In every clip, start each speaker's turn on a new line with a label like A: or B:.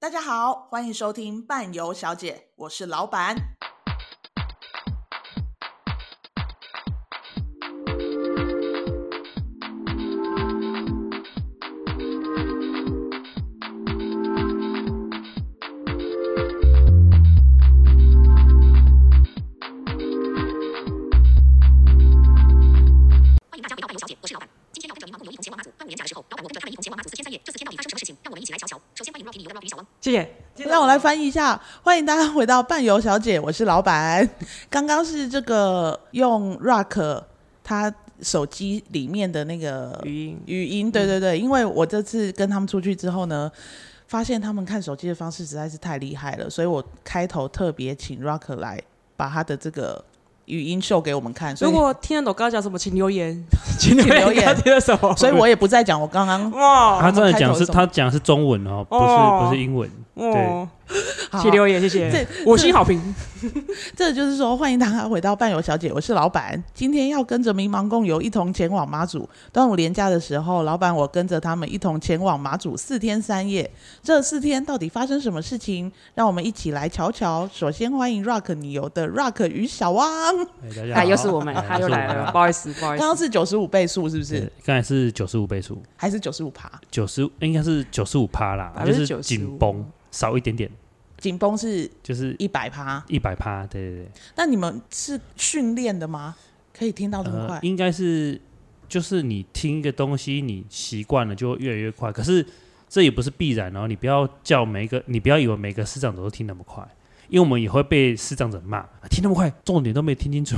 A: 大家好，欢迎收听伴游小姐，我是老板。
B: 欢迎大家回到伴游小姐，我是老板。今天要跟着迷茫共游一同前往妈祖。半年假的时候，老板我跟着他们一同前往妈祖四天三夜。这四天到底发生什么事情？让我们一起来瞧瞧。首先欢迎 Rocky 里的 Rocky 小王。
A: 谢谢。让我来翻译一下，欢迎大家回到伴游小姐，我是老板。 刚刚是这个用 Rock 他手机里面的那个
C: 语音嗯
A: 语音，对对对，因为我这次跟他们出去之后呢，发现他们看手机的方式实在是太厉害了，所以我开头特别请 Rock 来把他的这个语音秀给我们看，所以
C: 如果听得懂刚刚讲什么，请留言，请留
A: 留言
C: 言，听了什么？
A: 所以我也不再讲我刚刚
C: 哇
D: 他真的讲
A: 哦我们开头
D: 是
A: 是什么
D: 他讲是中文哦，不
C: 哦
D: 是不是英文。
C: 哦，
A: 好
C: 请留言，谢谢，五星好评。
A: 这就是说，欢迎大家回到伴游小姐，我是老板。今天要跟着迷茫共游一同前往马祖。端午连假的时候，老板我跟着他们一同前往马祖四天三夜。这四天到底发生什么事情？让我们一起来瞧瞧。首先欢迎 Rock 你游的 Rock 与小汪。
D: 哎大家好
C: 啊，又是我们，
D: 哎
C: 他又
D: 又是我
C: 来
D: 们
C: 了，不好意思，不好意
A: 刚
C: 思。
A: 刚是九十五倍数，是不是
D: 对？，刚才是九十五倍数，
A: 还是九十五趴？
D: 九十应该是九十五趴啦，就是
C: 95%
D: 紧绷少一点点，
A: 紧绷是
D: 就是
A: 一百趴。
D: 一百趴。对对
A: 那你们是训练的吗？可以听到
D: 对，
A: 这么快？
D: 呃，应该是就是你听一个东西，你习惯了就会越来越快。可是这也不是必然哦，你不要叫每一个，你不要以为每个师长都听那么快。因为我们也会被师长者骂，啊听那么快，重点都没听清楚。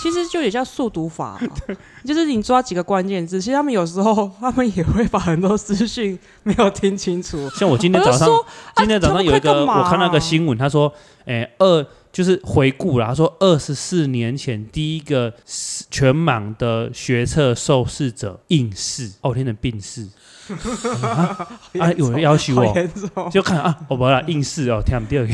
C: 其实就也叫速读法嘛，就是你抓几个关键字。其实他们有时候他们也会把很多资讯没有听清楚。
D: 像我今天
C: 我就
D: 早上
C: 说，
D: 今天早上有一
C: 他
D: 个，
C: 们快干嘛
D: 我看那个新闻，他说，诶、二就是回顾啦，他说二十四年前第一个全盲的学测受试者应试，哦后天的 病逝，啊有人要求
C: 好
D: 我
C: 严重。
D: 就看啊，我不啦，应试哦，天啊，第 二个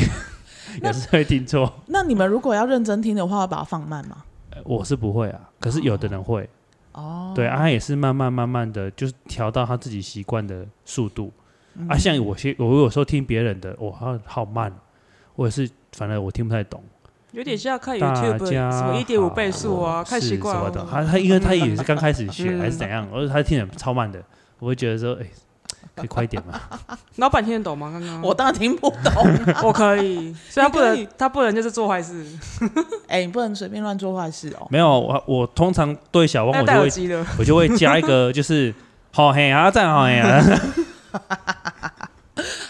D: 也是会听错，
A: 那你们如果要认真听的话，要把它放慢吗？
D: 呃我是不会啊，可是有的人会，
A: 哦，
D: 对，啊，他也是慢慢慢慢的，就是调到他自己习惯的速度。啊，像我些我有时候听别人的，我好好慢，我也是，反正我听不太懂。
C: 有点像看
D: 大
C: YouTube
D: 家
C: 什么一点五倍速啊，
D: 好
C: 看习惯
D: 是什么
C: 了
D: 的。他他因为他也是刚开始学还是怎样，而且他听得超慢的，我会觉得说，哎、可以快一点嘛。
C: 老板听得懂吗？刚刚
A: 我当然听不懂。
C: 我可 以，虽然不
A: 你
C: 能
A: 可，
C: 他不能就是做坏事，
A: 哎、你不能随便乱做坏事哦。
D: 没有，我我通常对小汪
C: 他
D: 我就
C: 戴
D: 会
C: 耳机 的。
D: 我就会加一个就是。好嘿啊，赞好嘿啊！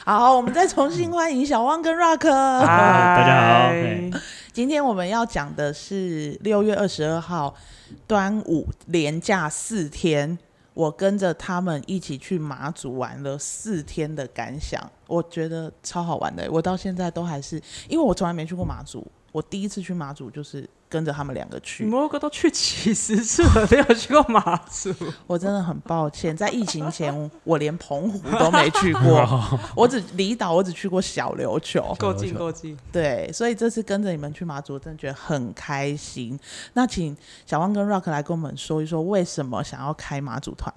A: 好，我们再重新欢迎小汪跟 Rock。
D: 嗨啊大家好
C: 嗨
A: 今天我们要讲的是六月二十二号端午连假四天，我跟着他们一起去马祖玩了四天的感想，我觉得超好玩的。我到现在都还是，因为我从来没去过马祖，我第一次去马祖就是跟着他们两个
C: 你
A: 去。
C: 们那个都去几十次了，没有去过马 祖，
A: 我真的很抱歉，在疫情前我连澎湖都没去过，我只离岛我只去过小琉球。
C: 够近够近。
A: 对，所以这次跟着你们去马祖，真的觉得很开心。那请小汪跟 Rock 来跟我们说一说，为什么想要开马祖团？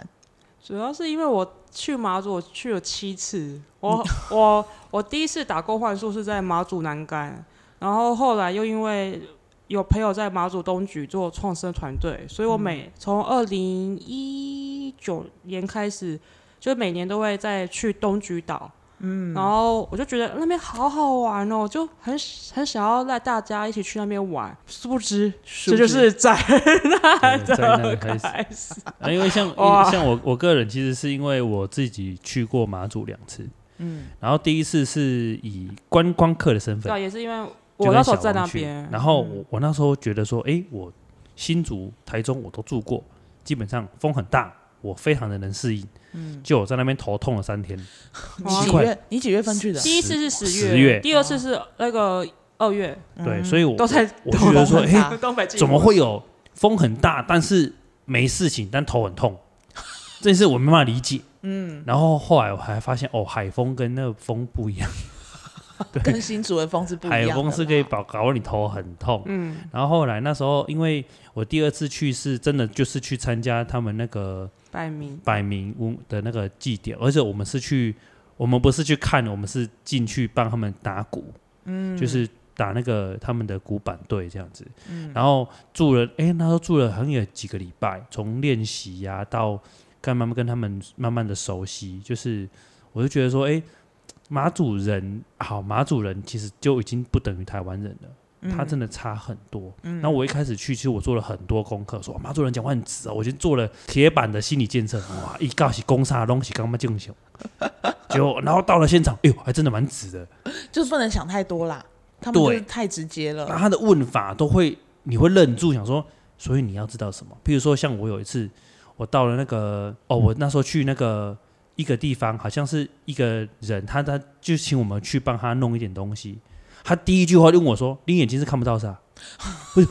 C: 主要是因为我去马祖，我去了七次。我 我我第一次打工换宿是在马祖南干，然后后来又因为有朋友在马祖东局做创生团队，所以我每从二零一九年开始，就每年都会再去东局岛。嗯，然后我就觉得那边好好玩哦，就很很想要带大家一起去那边玩。殊不知，这
A: 是不
C: 就是灾难
D: 对灾 难
C: 的
D: 的开始
C: 开始。
D: 啊，因 为像
C: 哇
D: 像我我个人其实是因为我自己去过马祖两次，嗯，然后第一次是以观光客的身份
C: 对啊，，也是因为
D: 就
C: 我
D: 跟
C: 那时候
D: 小
C: 在
D: 王
C: 那
D: 去
C: 边，嗯
D: 然后我我那时候觉得说，诶，我新竹、台中我都住过，基本上风很大，我非常的能适应。嗯，就我在那边头痛了三天，
A: 你
C: 哦
A: 几
D: 怪
A: 月？你几月份去的？
C: 第一次是十
D: 十月
C: 第二次是那个二月，
D: 对，所以我
C: 嗯都在
D: 我觉得说，
A: 都很大
D: 诶，
A: 啊
C: 东北季
D: 怎么会有风很大，但是没事情，但头 很痛？这件事我没办法理解。嗯，然后后来我还发现，哦，海风跟那个风不一样，
A: 跟新竹的风是不一样
D: 海
A: 的啦。
D: 风是可以搞搞你头很痛。
C: 嗯，
D: 然后后来那时候，因为我第二次去是真的就是去参加他们那个
C: 百米
D: 百名屋的那个祭典，而且我们是去，我们不是去看，我们是进去帮他们打鼓，嗯，就是打那个他们的鼓板队这样子。然后住了，哎、那时候住了好像有几个礼拜，从练习呀、到干慢慢跟他们慢慢的熟悉，就是我就觉得说，哎、马祖人好，马祖人其实就已经不等于台湾人了。他真的差很多。然后我一开始去，其实我做了很多功课，说哇妈祖人讲话很直哦，我就做了铁板的心理建设，哇，一告是攻杀东西，刚刚进 行，结果然后到了现场，哎呦，还真的蛮直的。
A: 就是不能想太多啦，他们就
D: 对
A: 是太直接
D: 然后
A: 了。
D: 他的问法都会，你会愣住，想说，所以你要知道什么？譬如说，像我有一次，我到了那个，哦，我那时候去那个一个地方，好像是一个人，他他就请我们去帮他弄一点东西。他第一句话就问我说：“你眼睛是看不到是吧？”不是，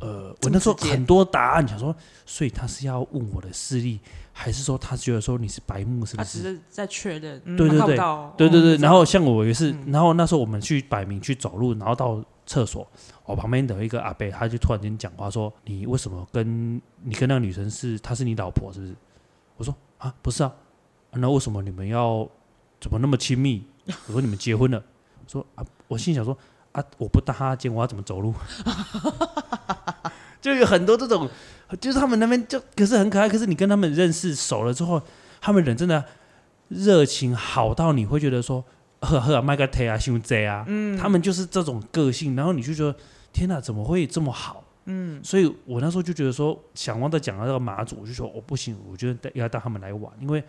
D: 呃，我那时候
A: 这么直接
D: 很多答案，想说，所以他是要问我的视力，还是说他觉得说你是白目，是
C: 他
D: 不
C: 只
D: 是？
C: 是在确认，
A: 嗯
D: 对
C: 他
D: 对
C: 看不
D: 对，
C: 到哦。
D: 对对对，
C: 嗯
D: 然后像我也是，
C: 嗯
D: 然后那时候我们去摆明去走路，然后到厕所，我旁边有一个阿伯，他就突然间讲话说：“你为什么跟你跟那个女生是她是你老婆是不是？”我说：“啊，不是啊，啊那为什么你们要怎么那么亲密？”我说：“你们结婚了。”我说：“啊，我心想说啊，我不搭他肩，我要怎么走路？” 就有很多这种，就是他们那边就可是很可爱，可是你跟他们认识熟了之后，他们人真的热情好到你会觉得说，呵呵，麦克特啊，兄弟啊，他们就是这种个性，然后你就觉得天哪、怎么会这么好？嗯，所以我那时候就觉得说，想忘再讲到这个马祖，我就说我、不行，我觉得哎要带他们来玩，因为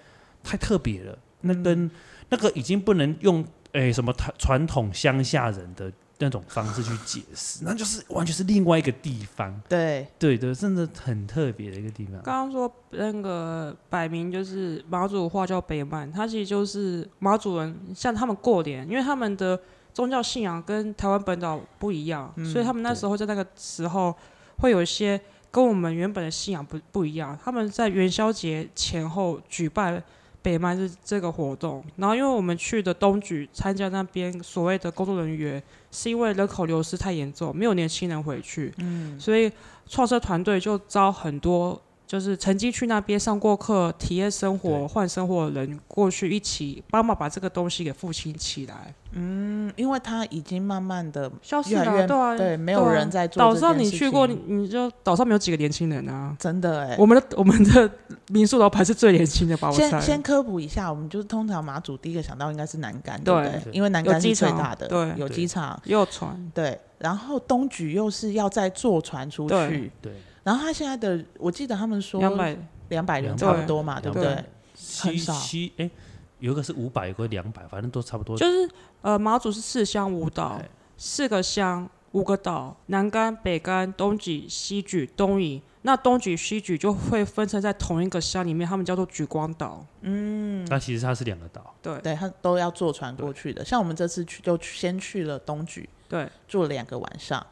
D: 太特别了，那跟、那个已经不能用诶、什么传传统乡下人的那种方式去解释，那就是完全是另外一个地方，
A: 对，
D: 对对，真的很特别的一个地方。
C: 刚刚说那个摆明就是马祖话叫北曼，它其实就是马祖人，像他们过年，因为他们的宗教信仰跟台湾本岛不一样，所以他们那时候在那个时候会有一些跟我们原本的信仰不不一样。他们在元宵节前后举办北曼是这个活动，然后因为我们去的东局参加那边所谓的工作人员，是因为人口流失太严重，没有年轻人回去，所以创设团队就招很多就是曾经去那边上过课、体验生活、
D: 对
C: 换生活的人过去一起帮忙把这个东西给复兴起来，
A: 嗯，因为他已经慢慢的
C: 消失
A: 越来
C: 了，
A: 越
C: 哦对啊，
A: 对没有
C: 啊
A: 人在做
C: 岛
A: 这
C: 上
A: 件
C: 你
A: 事
C: 去过，你
A: 情
C: 你就岛上没有几个年轻人啊。
A: 真的哎、
C: 我们的我们的民宿老板是最年轻的吧？我猜
A: 先先科普一下，我们就是通常马祖第一个想到应该是南竿，
C: 对
A: 不对？因为南竿
C: 有
A: 是
C: 机
A: 最
C: 场
A: 大的，
C: 对
A: 有
D: 对
A: 机场，
C: 又传
A: 对。然后东莒又是要再坐船出
C: 对
A: 去，
D: 对，
A: 然后他现在的我记得他们说
C: 两百，
A: 两百人
D: 200
A: 差不多嘛，对
D: 两
A: 不
D: 百
A: 对？很
D: 西
A: 少
D: 西哎，有一个是五百，有个两百，反正都差不多。
C: 就是呃马祖是四乡五岛
D: 哎，
C: 四个乡五个岛，南竿、北竿、东莒、西莒、东引。那东莒、西莒就会分成在同一个乡里面，他们叫做莒光岛。
D: 那其实它是两个岛，
C: 对
A: 对他都要坐船过去的。像我们这次去就去先去了东莒，
C: 对
A: 住了两个晚上，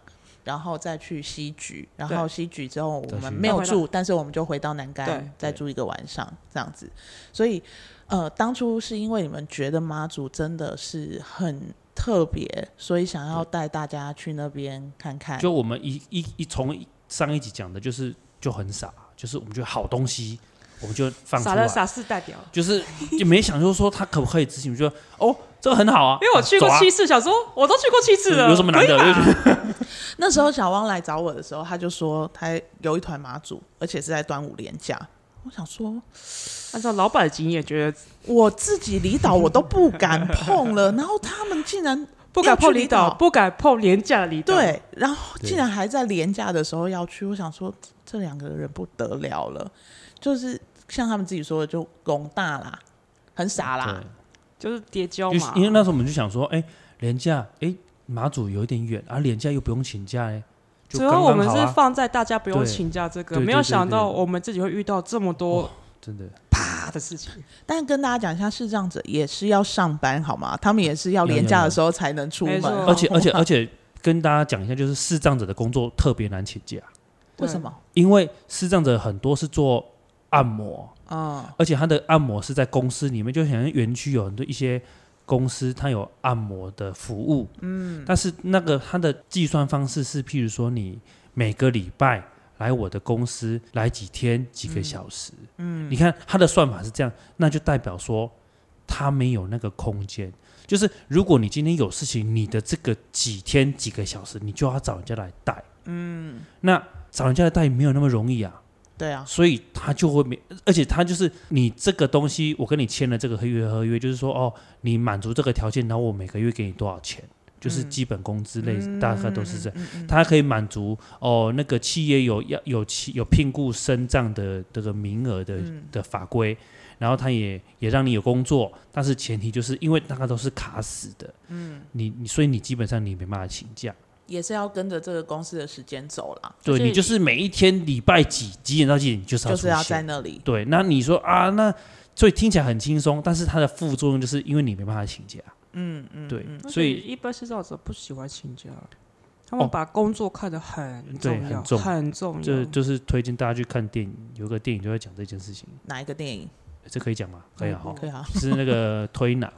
A: 然后再去西莒，然后西莒之后我
D: 再
A: 们
D: 去
A: 没有
C: 再回
A: 住，但是我们就回到南
C: 对
A: 竿再住一个晚上这样子。所以呃，当初是因为你们觉得妈祖真的是很特别，所以想要带大家去那边看
C: 嗯
A: 看。
D: 就我们一一一从上一集讲的，就是就很傻，就是我们觉得好东西，我们就放出
C: 傻
D: 来
C: 了，傻四代表。
D: 就是就没想就说它可不可以执行，就说哦，这个很好啊，
C: 因为我去过
D: 走啊
C: 七次，想说我都去过七次了，
D: 有什么难的
C: 可以吧
D: 就
A: 那时候小汪来找我的时候，他就说他有一团妈祖，而且是在端午连假。我想说，
C: 按照老板的经验，觉得
A: 我自己离岛我都不敢碰了，然后他们竟然
C: 不敢碰
A: 要去离
C: 离
A: 岛
C: 岛，不敢碰廉价的离岛。
A: 对，然后竟
D: 对
A: 然还在廉价的时候要去，我想说这两个人不得了了，就是像他们自己说的，就拱大啦，很傻啦，
C: 就是叠交
D: 对，就是
C: 嘛。
D: 因为那时候我们就想说，哎，廉价，哎，马祖有一点远啊，廉价又不用请假哎，就
C: 主
D: 刚
C: 要我
D: 刚
C: 们
D: 好
C: 是
D: 啊，
C: 放在大家不用
D: 对
C: 请假这个，
D: 对对
C: 没有
D: 对
C: 想
D: 对
C: 到我们自己会遇到这么多
D: 真的
C: 啪的事情。
A: 但跟大家讲一下，视障者也是要上班好吗？他们也是要
D: 有
A: 廉
D: 有
A: 价的
D: 有
A: 时候才能出
C: 没
A: 门，
C: 错
D: 而且而且而且跟大家讲一下，就是视障者的工作特别难请假，
A: 为什么？
D: 因为视障者很多是做按摩，
A: 嗯，
D: 而且他的按摩是在公司里面，就好像园区有很多一些公司，它有按摩的服务，嗯，但是那个它的计算方式是，譬如说你每个礼拜来我的公司来几天几个小时，嗯，你看它的算法是这样，那就代表说他没有那个空间。就是如果你今天有事情，你的这个几天几个小时，你就要找人家来带。嗯，那找人家来带没有那么容易啊。
A: 对啊，
D: 所以他就会没，而且他就是你这个东西，我跟你签了这个合约，合约就是说，哦，你满足这个条件，然后我每个月给你多少钱，就是基本工资类，大概都是这样。他可以满足哦，那个企业有要有企有聘雇升账的这个名额的、的法规，然后他也也让你有工作，但是前提就是因为大家都是卡死的，嗯，你你所以你基本上你没办法请假。
A: 也是要跟着这个公司的时间走啦，
D: 对
C: 所以
D: 你就是每一天礼拜几几点到几点，你就是要
A: 就是要
D: 出现
A: 在那里。
D: 对，那你说啊，那所以听起来很轻松，但是它的副作用就是因为你没办法请假，
A: 嗯嗯，
D: 对，
C: 而
D: 所
C: 且
D: 以
C: 一般制造者不喜欢请假，他
D: 哦
C: 们把工作看得很
D: 对
C: 重要，
D: 很重
C: 很重要。
D: 这就是推荐大家去看电影，有个电影就在讲这件事情，
A: 哪一个电影？
D: 这可以讲吗？可以啊，哈，
A: 可以啊，
D: 是那个推拿，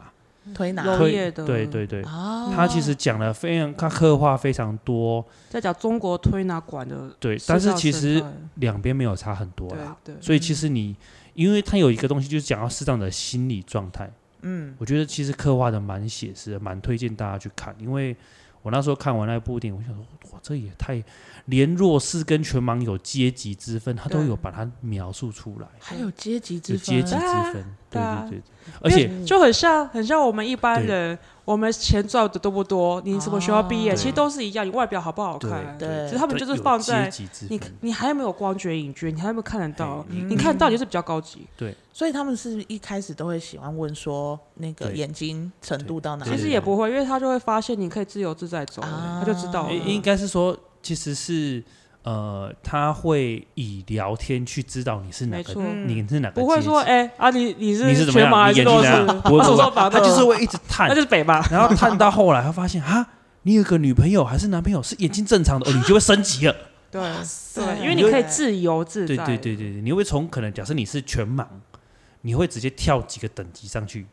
A: 推拿
C: 揉
D: 推
C: 业的
D: 对对对，
A: 啊，
D: 他其实讲了非常，他刻画非常多，
C: 在讲中国推拿馆的
D: 对，
C: 制造
D: 但
C: 生态，
D: 是其实两边没有差很多
C: 对
D: 啦，
C: 对，
D: 所以其实你，因为他有一个东西就是讲到适当的心理状态，
A: 嗯
D: 我觉得其实刻画的蛮写实的，蛮推荐大家去看。因为我那时候看完那部电影，我想说，哇，这也太连弱势跟全盲有阶级之分，他都有把它描述出来，
A: 还有阶级
D: 有
A: 之
D: 阶
A: 分
D: 级之
C: 对啊
D: 分，对
C: 对啊
D: 对对。而且
C: 因为就很像很像我们一般
D: 对
C: 人，我们钱赚的多不多，你什么学校毕业，
A: 哦
C: 其实都是一样，你外表好不好看，
A: 对
C: 只是啊他们就是放在
D: 有阶级之
C: 你
D: 分，
C: 你还有没有光觉影觉，你还有没有看得到，
D: 嘿
C: 你看到底是比较高级。
A: 所以他们是不是一开始都会喜欢问说那个
D: 对
A: 眼睛程度到哪
D: 对
A: 里？
C: 其实也不会，因为他就会发现你可以自由自在走，
A: 嗯啊
C: 他就知道了。
D: 应应该是说其实是呃，他会以聊天去知道你是哪
C: 没
D: 个
C: 错，
D: 你是哪个
C: 不会
D: 阶级
C: 说哎啊你你是
D: 你是怎么
C: 全
D: 样，
C: 麻还
D: 你
C: 是
D: 眼睛
C: 弱
D: 怎
C: 视
D: 样，，不会
C: 他
D: 不
C: 手
D: 会
C: 上，把
D: 他呃啊就是会一直探
C: 那，就是北吧。
D: 然后探到后来，他发现啊，你有个女朋友还是男朋友是眼睛正常的，哦，你就会升级了。
C: 对
A: 塞
C: 对，因为你可以自由自
D: 对
C: 在。
D: 对对对对，你会从可能假设你是全盲，你会直接跳几个等级上去，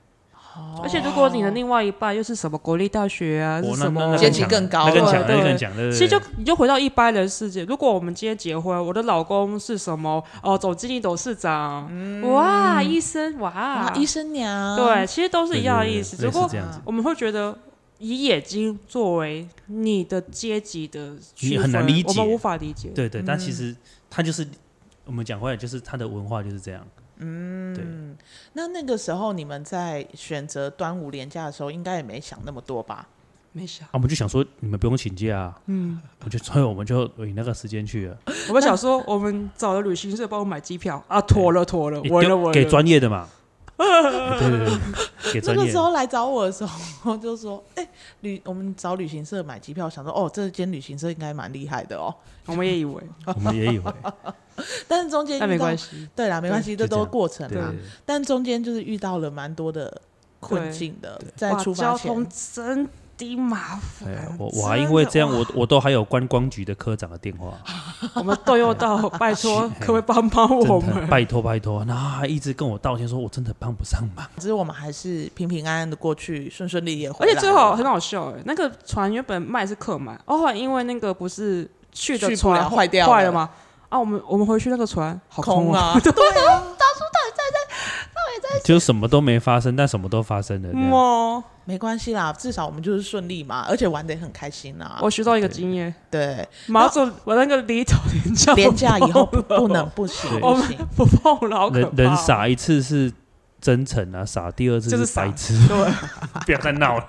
C: 而且如果你的另外一半又是什么国立大学啊，
D: 哦
C: 是
D: 那
C: 什
D: 那
C: 么
D: 那
A: 阶级
D: 强
A: 更高
D: 那更
A: 了
D: 强，那
C: 对
D: 更强，对对
C: 其实就
D: 对
C: 你就回到一般人世界。如果我们今天结婚，我的老公是什么？哦，总经理、董事长，
D: 嗯
C: 哇，医生，哇
A: 啊，，医生娘，
C: 对，其实都是一样的
D: 对对
C: 意思，
D: 对
C: 只
D: 类
C: 不
D: 似
C: 过
D: 这样子，
C: 我们会觉得以眼睛作为你的阶级的区分，
D: 很难理解
C: 我们无法理解。
D: 对对，但其实他就是我们讲回来，就是他的文化就是这样，嗯，对。
A: 那那个时候你们在选择端午连假的时候，应该也没想那么多吧？
C: 没想
D: 啊，，我们就想说你们不用请假、啊，嗯，我就所以我们就以那个时间去了，
C: 我们想说，我们找了旅行社帮我买机票啊，妥了妥了，
D: 也
C: 稳了
D: 丢
C: 稳了，
D: 给专业的嘛，对对对，
A: 那
D: 给专
A: 个
D: 业
A: 时
D: 的。
A: 候来找我的时候，我就说：“哎、旅我们找旅行社买机票，想说哦，这间旅行社应该蛮厉害的哦。
C: 我们也以为，
D: 我们也以为，
A: 但是中间
C: 但没关
A: 系，
C: 系。
A: 对啦，没关系，
D: 对
A: 这都
D: 就
A: 是
D: 这样
A: 过程
D: 对
A: 啦
D: 对。对
A: 但中间就是遇到了蛮多的困
C: 对
A: 境的，在
C: 哇，
A: 出发
C: 交通
A: 前，
C: 真的麻
D: 对啊
C: 烦。
D: 我我还
C: 真
D: 因为
C: 的
D: 这样，
C: 哇
D: 我我都还有观光局的科长的 电话，
C: 我们都用 到，拜托，可不可以帮帮
D: 真
C: 我
D: 的
C: 们？
D: 拜托拜托，那还一直跟我道歉说，我真的帮不上 忙。
A: 只是我们还是平平安安的过去，顺顺利利地
C: 而
A: 回来
C: 且
A: 了。
C: 最后很好笑哎，那个船原本卖是客满，哦，后来因为那个不是去
A: 去
C: 的
A: 不
C: 船
A: 了坏掉
C: 坏
A: 了
C: 了吗？啊，我们我们回去那个船好
A: 空
C: 啊，
A: 啊，对啊，
D: 就什么都没发生，但什么都发生了。这
C: 嗯
D: 样
C: 哦，
A: 没关系啦，至少我们就是顺利嘛，而且玩的也很开心啦。
C: 我学到一个经验，
A: 对，
C: 马总，我那个离头廉价
A: 廉价啊以后
C: 不
A: 不不能不行
D: 对
A: 不
C: 我
A: 行
C: 们，不碰了，好可
D: 人
C: 怕。
D: 人傻一次是真诚啊，傻第二次
C: 就是
D: 白
C: 傻
D: 痴。 不要再闹 了。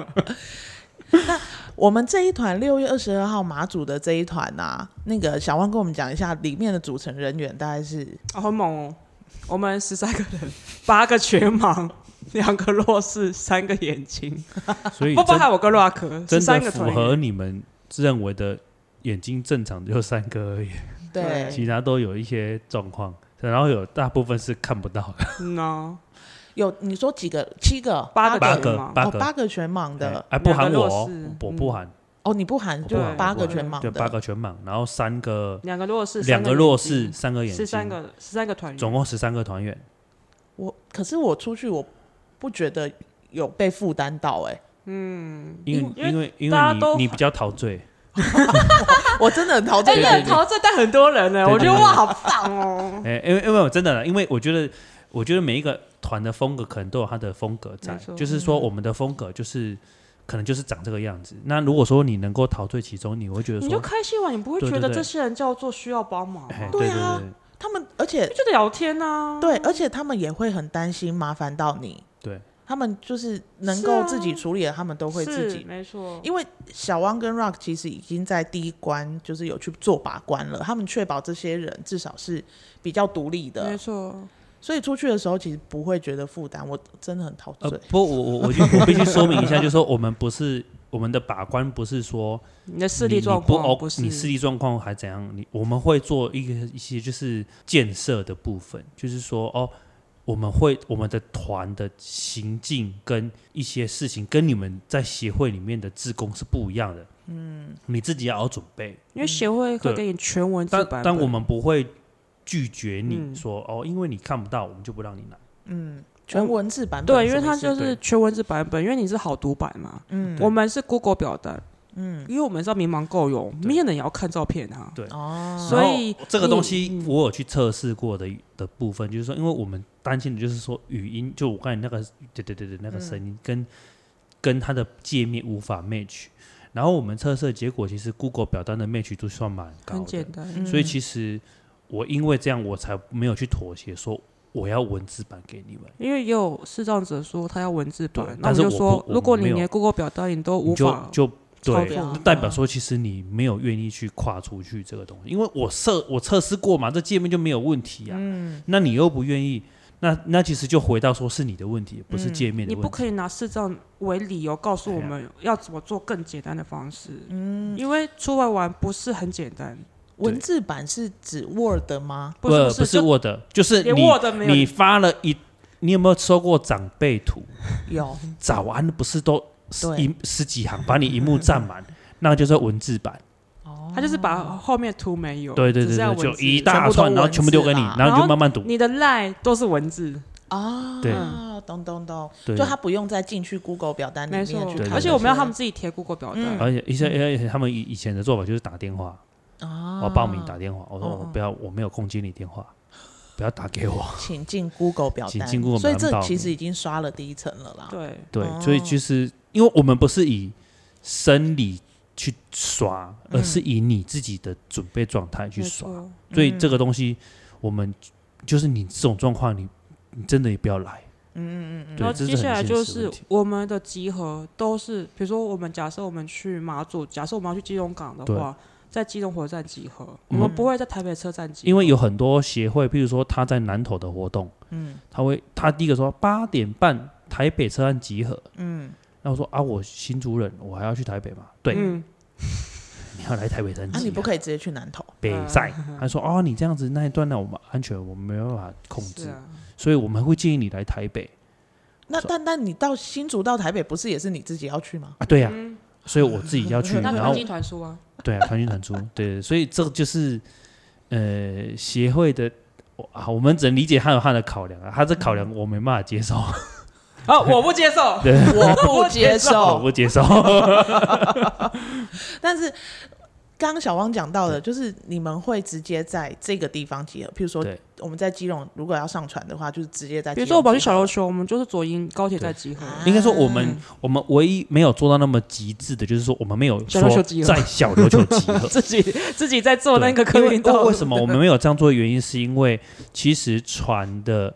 A: 我们这一团六月二十二号马祖的这一团呐、那个小万跟我们讲一下里面的组成人员大概是
C: 哦，好猛哦！我们十三个人，八个全盲， 两个弱视，三个眼睛，
D: 所以
C: 不包
D: 真
C: 含我跟 Rock，十
D: 真
C: 三
D: 的
C: 个
D: 符
C: 团
D: 合
C: 员。
D: 你们认为的眼睛正常的就三个而已，
A: 对，
D: 其他都有一些状况，然后有大部分是看不到 的，
C: 嗯哦，
A: 有你说几个？七个？
C: 八个
D: 八
C: 全
D: 个
C: 盲，
D: 八
A: 哦，
D: 个
A: 八个全盲的
D: 哎，不
C: 两个
D: 含
C: 弱
D: 我
C: 嗯
D: 哦
C: 视，
D: 我不含，
A: 哦，你不含
D: 我不
A: 就
D: 含
A: 八个
D: 我不含
A: 全盲
D: 对，
A: 的，
D: 八个全盲，然后三个
C: 两个弱视，
D: 两
C: 三
D: 个
C: 眼
D: 弱
C: 睛
D: 视，，三个眼睛，
C: 十三个十三个团员，
D: 总共十三个团员。
A: 我可是我出去我不觉得有被负担到哎、
D: 因为
C: 嗯因为
D: 因为因
C: 大
D: 为
C: 家都
D: 你你比较陶醉，
A: 我真的很陶
C: 哎，
A: 醉。
C: 那陶醉带很多人呢，欸
D: 对
C: 我觉
D: 对
C: 得
D: 对
C: 哇，好棒哦！
D: 哎、因为因为我真的啦，因为我觉得我觉得每一个团的风格可能都有它的风格在
C: 没错，嗯
D: 就是说我们的风格就是可能就是长这个样子。那如果说你能够陶醉其中，你会觉得
C: 你就
D: 说，
C: 开心玩，你不会
D: 对
C: 觉
D: 对
C: 得
D: 对
C: 这些人叫做需要帮忙
D: 哎
C: 啊，，
A: 对
D: 对
A: 啊
D: 对
A: 他们，而且
C: 就聊天啊。
A: 对，而且他们也会很担心麻烦到你。
D: 对，
A: 他们就是能
C: 是
A: 够
C: 啊
A: 自己处理的，他们都会自
C: 是
A: 己。
C: 没错，
A: 因为小汪跟 Rock 其实已经在第一关就是有去做把关了，他们确保这些人至少是比较独立
C: 没
A: 的，
C: 错，
A: 所以出去的时候其实不会觉得负担。我真的很陶
D: 呃
A: 醉，，
D: 不，我我我就我必须说明一下，就是说我们不是我们的把关不是说
C: 你的
D: 你
C: 视力
D: 你
C: 状
D: 不
C: 况
D: O，
C: 不是
D: 你视力状况还怎样？你我们会做一个一些就是建设的部分，就是说哦，我们会我们的团的行进跟一些事情跟你们在协会里面的志工是不一样的。嗯，你自己要有准备，
C: 因为协会会
D: 对
C: 给你全文字
D: 但
C: 版本，
D: 但我们不会拒绝你
C: 嗯
D: 说、哦，因为你看不到，我们就不让你来。
A: 嗯，全文字版本
C: 对，因为
A: 什么
C: 它
A: 意思
C: 就
D: 对
C: 是全文字版本，因为你是好读版嘛，
A: 嗯
C: 我们是 Google 表单，
A: 嗯
C: 因为我们是要民盲够用，明眼人也要看照片啊。
A: 哦，
C: 所以嗯
D: 然后这个
C: 你
D: 东西我有去测试过的的部分，就是说，因为我们担心的就是说语音，就我刚才那个对对对对那个声
C: 嗯
D: 音跟、跟它的界面无法 match，然后我们测试的结果其实 Google 表单的 match 都算蛮高
C: 很
D: 的
C: 简，单，
D: 所以
A: 嗯
D: 其实我因为这样我才没有去妥协说我要文字版给你们，
C: 因为也有视障者说他要文字版
D: 对，
C: 那
D: 但是
C: 就
D: 我
C: 说
D: 不，我
C: 如果
D: 没
C: 你
D: 有
C: 连 Google 表单你都无
D: 你就
C: 法，
D: 就
C: 操
D: 对
C: 作，
A: 啊
D: 那代表说其实你没有愿意去跨出去这个东西，因为我测我测试过嘛，这界面就没有问题啊。
C: 嗯
D: 那你又不愿意，那那其实就回到说是你的问题，不是界面的
C: 你
D: 问题。
C: 不可以拿视障为理由告
D: 哎
C: 诉我们要怎么做更简单的方式，嗯，因为出来玩不是很简单，
A: 文字版是指 Word 吗？
C: 不是
D: 不
C: 是
D: 是
C: 就
D: Word，就是
C: 连
D: 你
C: Word 没有
D: 你发了一，你有没有收过长辈图？
A: 有，
D: 早安不是都十
A: 对
D: 一十几行把你一幕占 满，那就是文字版。
C: 他就是把后面图没有，
D: 对对
C: 哦只
D: 对
C: 是要
D: 对，
C: 文
D: 就
C: 字
D: 一大串，
A: 全部都
D: 然后全部丢给你
A: 文字啦，
D: 然后你就慢慢读。
C: 啊你的嗯 line 都是文字，
A: 啊，
D: 对
A: 懂懂懂，
D: 对
A: 就他不用再进去 Google 表单里
C: 没
A: 面
C: 错
A: 去
D: 对嗯
A: 看，，
C: 而且我们要他们自己贴 Google 表单，
D: 而且一些
C: 嗯
D: 而且他们以以前的做法就是打电话，
A: 啊，
C: 哦
D: 我要报名打电话，我说
A: 哦
D: 我
A: 哦
D: 不要，我没有空接你电话，不要打 给我。
A: 请进 Google 表单，
D: 请进 Google
A: 所以
D: 表单
A: 这
D: 报名
A: 其实已经刷了第一层了啦。
C: 对，
D: 对，
A: 哦
D: 所以就是因为我们不是以生理去刷，而是以你自己的准备状态
C: 嗯
D: 去
C: 没
D: 刷，
C: 错，嗯
D: 所以这个东西我们就是你这种状况，你你真的也不要来。嗯嗯嗯，
C: 然后
D: 对，这
C: 接
D: 是
C: 下来
D: 很
C: 就
D: 现实的
C: 是
D: 问题。
C: 我们的集合都是，比如说我们假设我们去马祖，假设我们要去基隆港的
D: 对嗯
C: 话，在基隆火车站集合，我们不会在台北车站集合，
D: 因为有
A: 哦
D: 很多协会，譬如说他在南投的活动，嗯，他会他第一个说八点半台北车站集合，嗯，然后说啊，我新竹人，我还要去台北嘛，对，
C: 嗯，
D: 你要来台北站集
A: 啊，
D: 合，
A: 你不可以直接去南投，
D: 北
C: 啊
D: 赛，他说哦，你这样子那一段呢，我们安全我们没办法控
C: 是
D: 制，
C: 啊，
D: 所以我们会建议你来台北
A: 那但但你到新竹到台北，不是也是你自己要去 吗？
D: 啊，对呀、所以我自己要去，
C: 嗯 那
D: 然
C: 团
D: 后
C: 进团出啊，
D: 对啊，团进团出，对，所以这个就是呃协会的。我啊，我们只能理解他有他的考量啊，他这
A: 嗯
D: 考量我没办法接受，
C: 啊，我不接受，
A: 我不接
D: 我
A: 受。
D: 不接受。
A: 但是刚刚小汪讲到的，就是你们会直接在这个地方集合，譬如说
D: 对
A: 我们在基隆，如果要上船的话，就是直接在基
C: 比
A: 隆集合。
C: 如说我跑去小琉球，我们就是左营高铁站集合，
A: 啊
D: 应该说我们我们唯一没有做到那么极致的，就是说我们没有
C: 小琉球
D: 说
C: 集合
D: 在小琉球集 合，
C: 自己自己在做
D: 对
C: 那个
D: 因
C: 客
D: 为
C: 运道路
D: 为什么我们没有这样做？的原因是因为其实船的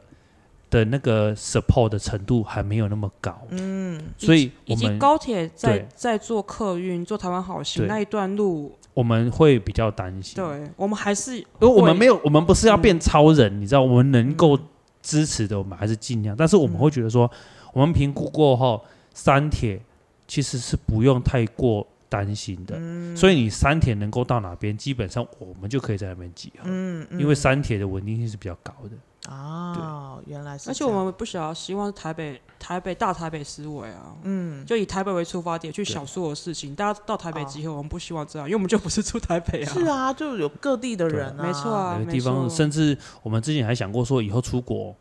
D: 的那个 support 的程度还没有那么高，
A: 嗯，
D: 所以
C: 以
D: 我
C: 及
D: 们
C: 高铁在
D: 对
C: 在做客运、做台湾好行
D: 对
C: 那一段路，
D: 我们会比较担心。，
C: 对我们还是
D: 因为呃我们
C: 会
D: 没有，我们不是要变超人，
A: 嗯
D: 你知道，我们能够支持的，我们还是尽量。但是我们会
A: 嗯
D: 觉得说，我们评估过后，三铁其实是不用太过担心的。
A: 嗯
D: 所以你三铁能够到哪边，基本上我们就可以在那边集合，
A: 嗯嗯
D: 因为三铁的稳定性是比较高的。
A: 哦，原来是这
C: 而
A: 样，
C: 且我们不想要希望是台北台北大台北思维啊，
A: 嗯，
C: 就以台北为出发点去想所有事情。大家到台北集合，我们不希望这样，因为我们就不是住台北啊。
A: 是啊，就有各地的人啊，
C: 没错啊，
D: 有
C: 没
D: 呃个地方，
C: 错
D: 甚至我们之前还想过说，以后出国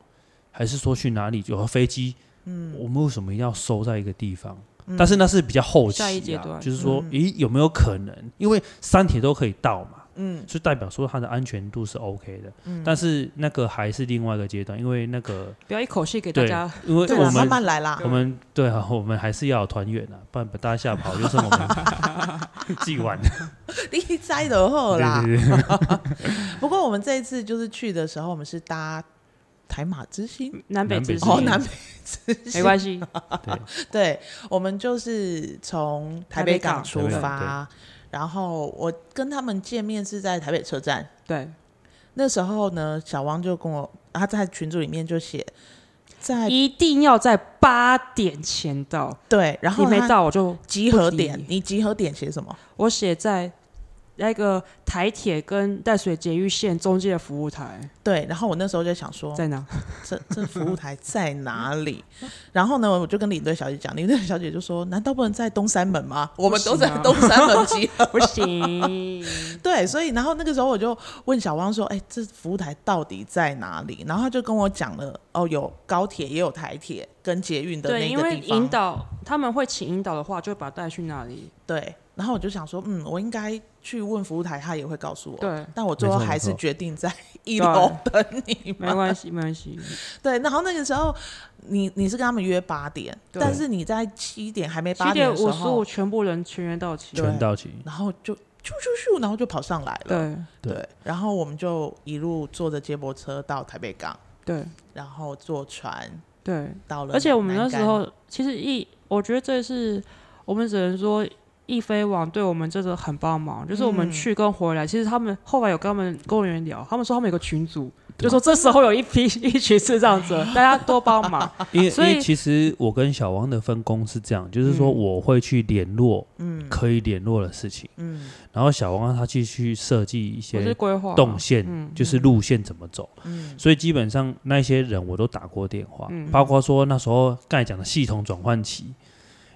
D: 还是说去哪里有个飞机，嗯，我们为什么一定要收在一个地方？但是那是比较后期、
C: 嗯
D: 啊，
C: 下一阶段
D: 就是说，
A: 嗯
D: 咦，有没有可能？因为三铁都可以到嘛，
A: 嗯
D: 就代表说它的安全度是 OK 的。
C: 嗯
D: 但是那个还是另外一个阶段，因为那个
C: 不要一口气给大
D: 对
C: 家，
D: 因为
A: 对
D: 我
A: 啦，慢
D: 们
A: 慢来啦
D: 我。们对啊，我们还是要有团圆啊，不然把大家吓跑，就剩我们 自己玩。
A: 你摘的后啦。
D: 对对对，
A: 不过我们这一次就是去的时候，我们是搭台马之星，
C: 南北
D: 南
C: 之
D: 北之
C: 星
A: 哦，
D: 星
A: 南北之星，
C: 没关系，
A: 对，我们就是从台北港出
D: 台北
A: 发
D: 港，
A: 然后我跟他们见面是在台北车站。
C: 对，
A: 那时候呢，小汪就跟我，他在群组里面就写，在
C: 一定要在八点前到，
A: 对，然后
C: 你没
A: 他
C: 到我就
A: 集合
C: 不理
A: 点，你集合点写什么？
C: 我写在那个台铁跟淡水捷运线中间的服务台
A: 对，然后我那时候就想说，
C: 在 哪？
A: 这这服务台在哪里？然后呢，我就跟领队小姐讲，领队小姐就说：“难道不能在东山门吗？我们都在
C: 啊
A: 东山门集合。
C: 不行，
A: 对，所以然后那个时候我就问小汪说：“哎、这服务台到底在哪里？”然后他就跟我讲了，哦，有高铁，也有台铁跟捷运的
C: 对，
A: 那
C: 因
A: 个
C: 为
A: 地方。
C: 引导他们会请引导的话，就会把他带去那里。
A: 对，然后我就想说，嗯，我应该去问服务台，他也会告诉我。
C: 对，
A: 但我最后
D: 没错
A: 还是
D: 没错
A: 决定在一
C: 啊
A: 楼等你
C: 没
A: 们。
C: 关系，没关系。
A: 对，然后那个时候你你是跟他们约八点，
C: 对
A: 但是你在七点还没哎八
C: 七点
A: 的时
C: 五十
A: 候
C: 五，，全部人全员到齐。
A: 对
D: 全到齐。
A: 然后就咻咻咻，然后就跑上来了。
C: 对
D: 对
A: 对，然后我们就一路坐着接驳车到台北港，
C: 对
A: 然后坐船
C: 对，
A: 到了。
C: 而且我们那时，候其实一，我觉得这是我们只能说。易飞网对我们真的很帮忙，就是我们
A: 嗯
C: 去跟回来，其实他们后来有跟他们公务员聊，他们说他们有个群组，就说这时候有一批一群视障者，大家多帮忙。
D: 因为
C: 啊所
D: 因
C: 以
D: 为其实我跟小王的分工是这样，就是说
C: 嗯
D: 我会去联络
A: 嗯
D: 可以联络的事情，
A: 嗯
D: 然后小王让他去去设计一
C: 我是
D: 些
C: 规划
D: 动线，
C: 嗯
D: 就是路线怎么走。
A: 嗯
D: 所以基本上那些人我都打过电话，
C: 嗯
D: 包括说那时候刚才讲的系统转换器，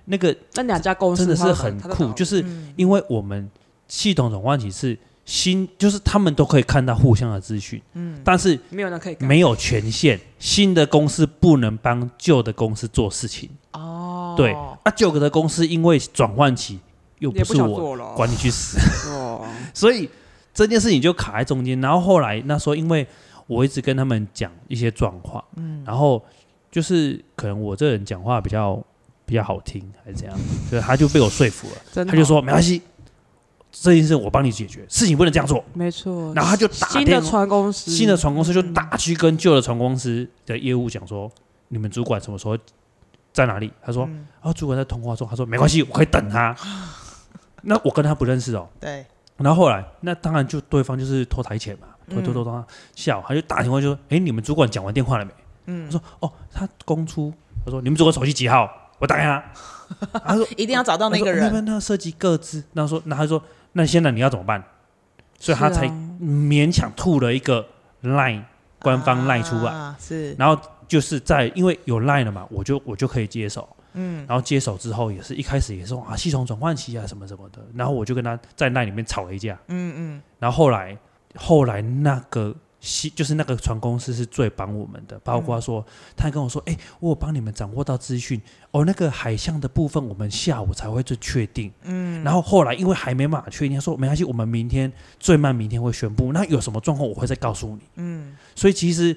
D: 那个
C: 那两家公司
D: 真的是
C: 他
D: 很
C: 他嗯
D: 酷，就是是因为我们系统转换器是新，就是他们都可以看到互相的资讯，
A: 嗯，
D: 但是
C: 没有人可以干
D: 没有权限，新的公司不能帮旧的公司做事情。
A: 哦，
D: 对，啊，旧的公司因为转换期又
C: 也
D: 不
C: 不
D: 是
C: 想
D: 我，
C: 做了，
D: 管你去死。
C: 哦，
D: 所以这件事情就卡在中间。然后后来那时候，因为我一直跟他们讲一些状况，嗯，然后就是可能我这人讲话比较比较好听，还是怎样， 所以他就被我说服了，
C: 真的哦
D: 他就说没关系，这件事我帮你解决，事情不能这样做。
C: 没错。
D: 然后他就打
C: 新
D: 电
C: 的
D: 话
C: 船公司，
D: 新的船公司就打去跟旧的船公司的业务讲说，你们主管什么时候在哪里？他说，啊，主管在通话中，他说没关系，我可以等他。那我跟他不认识哦，
A: 对，
D: 然后后来，那当然就对方就是拖台前嘛，拖拖拖拖他下午，他就打电话就说：“哎、你们主管讲完电话了没？”嗯，他说：“哦，他公出。”他说：“你们主管手机几号？我打给他。”他说
A: 一定要找：“到那个
D: 他
A: 人
D: 说，那那涉及各自。”那说：“那他说，那现在你要怎么办？”所以他
C: 是啊
D: 才勉强吐了一个 line 官方 line 出来，
A: 啊是，
D: 然后就是在因为有 line 了嘛，我就我就可以接手。嗯，然后接手之后也是一开始也是说啊系统转换器啊什么什么的，然后我就跟他在 line 里面吵了一架。
A: 嗯嗯，
D: 然后后来后来那个西就是那个船公司是最帮我们的，包括说、他跟我说，哎、我有帮你们掌握到资讯哦，那个海象的部分我们下午才会最确定，嗯，然后后来因为还没办法确定，他说没关系，我们明天最慢明天会宣布，那有什么状况我会再告诉你，嗯，所以其实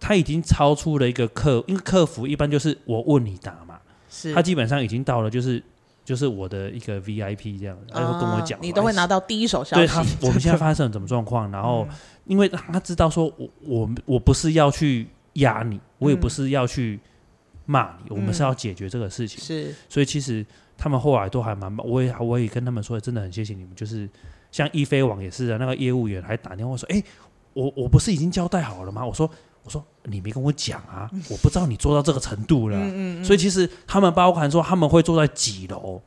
D: 他已经超出了一个客，因为客服一般就是我问你答嘛，
A: 是
D: 他基本上已经到了就是。就是我的一个 VIP 这样，他就跟我
A: 啊
D: 讲、
A: 你都会
D: 哎
A: 拿到第一手消
D: 对他
A: 息，，嗯
D: 我们现在发生了什么状况？然后，因为他知道说我我们我不是要去压你，我也
A: 嗯
D: 不是要去骂你，我们是要解决这个事情。
A: 是
D: 所以其实他们后来都还蛮，我也我也跟他们说，真的很谢谢你们。就是像易飞网也是啊，那个业务员还打电话说，哎、我我不是已经交代好了吗？我说我说你没跟我讲啊，我不知道你做到这个程度了啊、所以其实他们包含说他们会坐在几楼，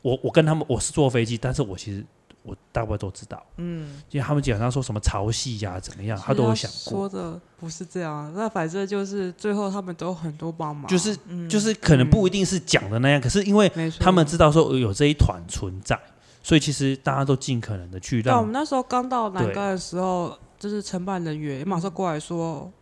D: 我我跟他们我是坐飞机，但是我其实我大部分都知道，嗯，因为他们讲他说什么潮汐呀、怎么样，他都有想
C: 说
D: 过，
C: 的不是这样，那反正就是最后他们都很多帮忙，
D: 就是就是可能不一定是讲的那样，可是因为
C: 没错。
D: 他们知道说有这一团存在，所以其实大家都尽可能的去
C: 对，我们
D: 让，
C: 那时候刚到南竿的时候，就是承办人员马上过来说，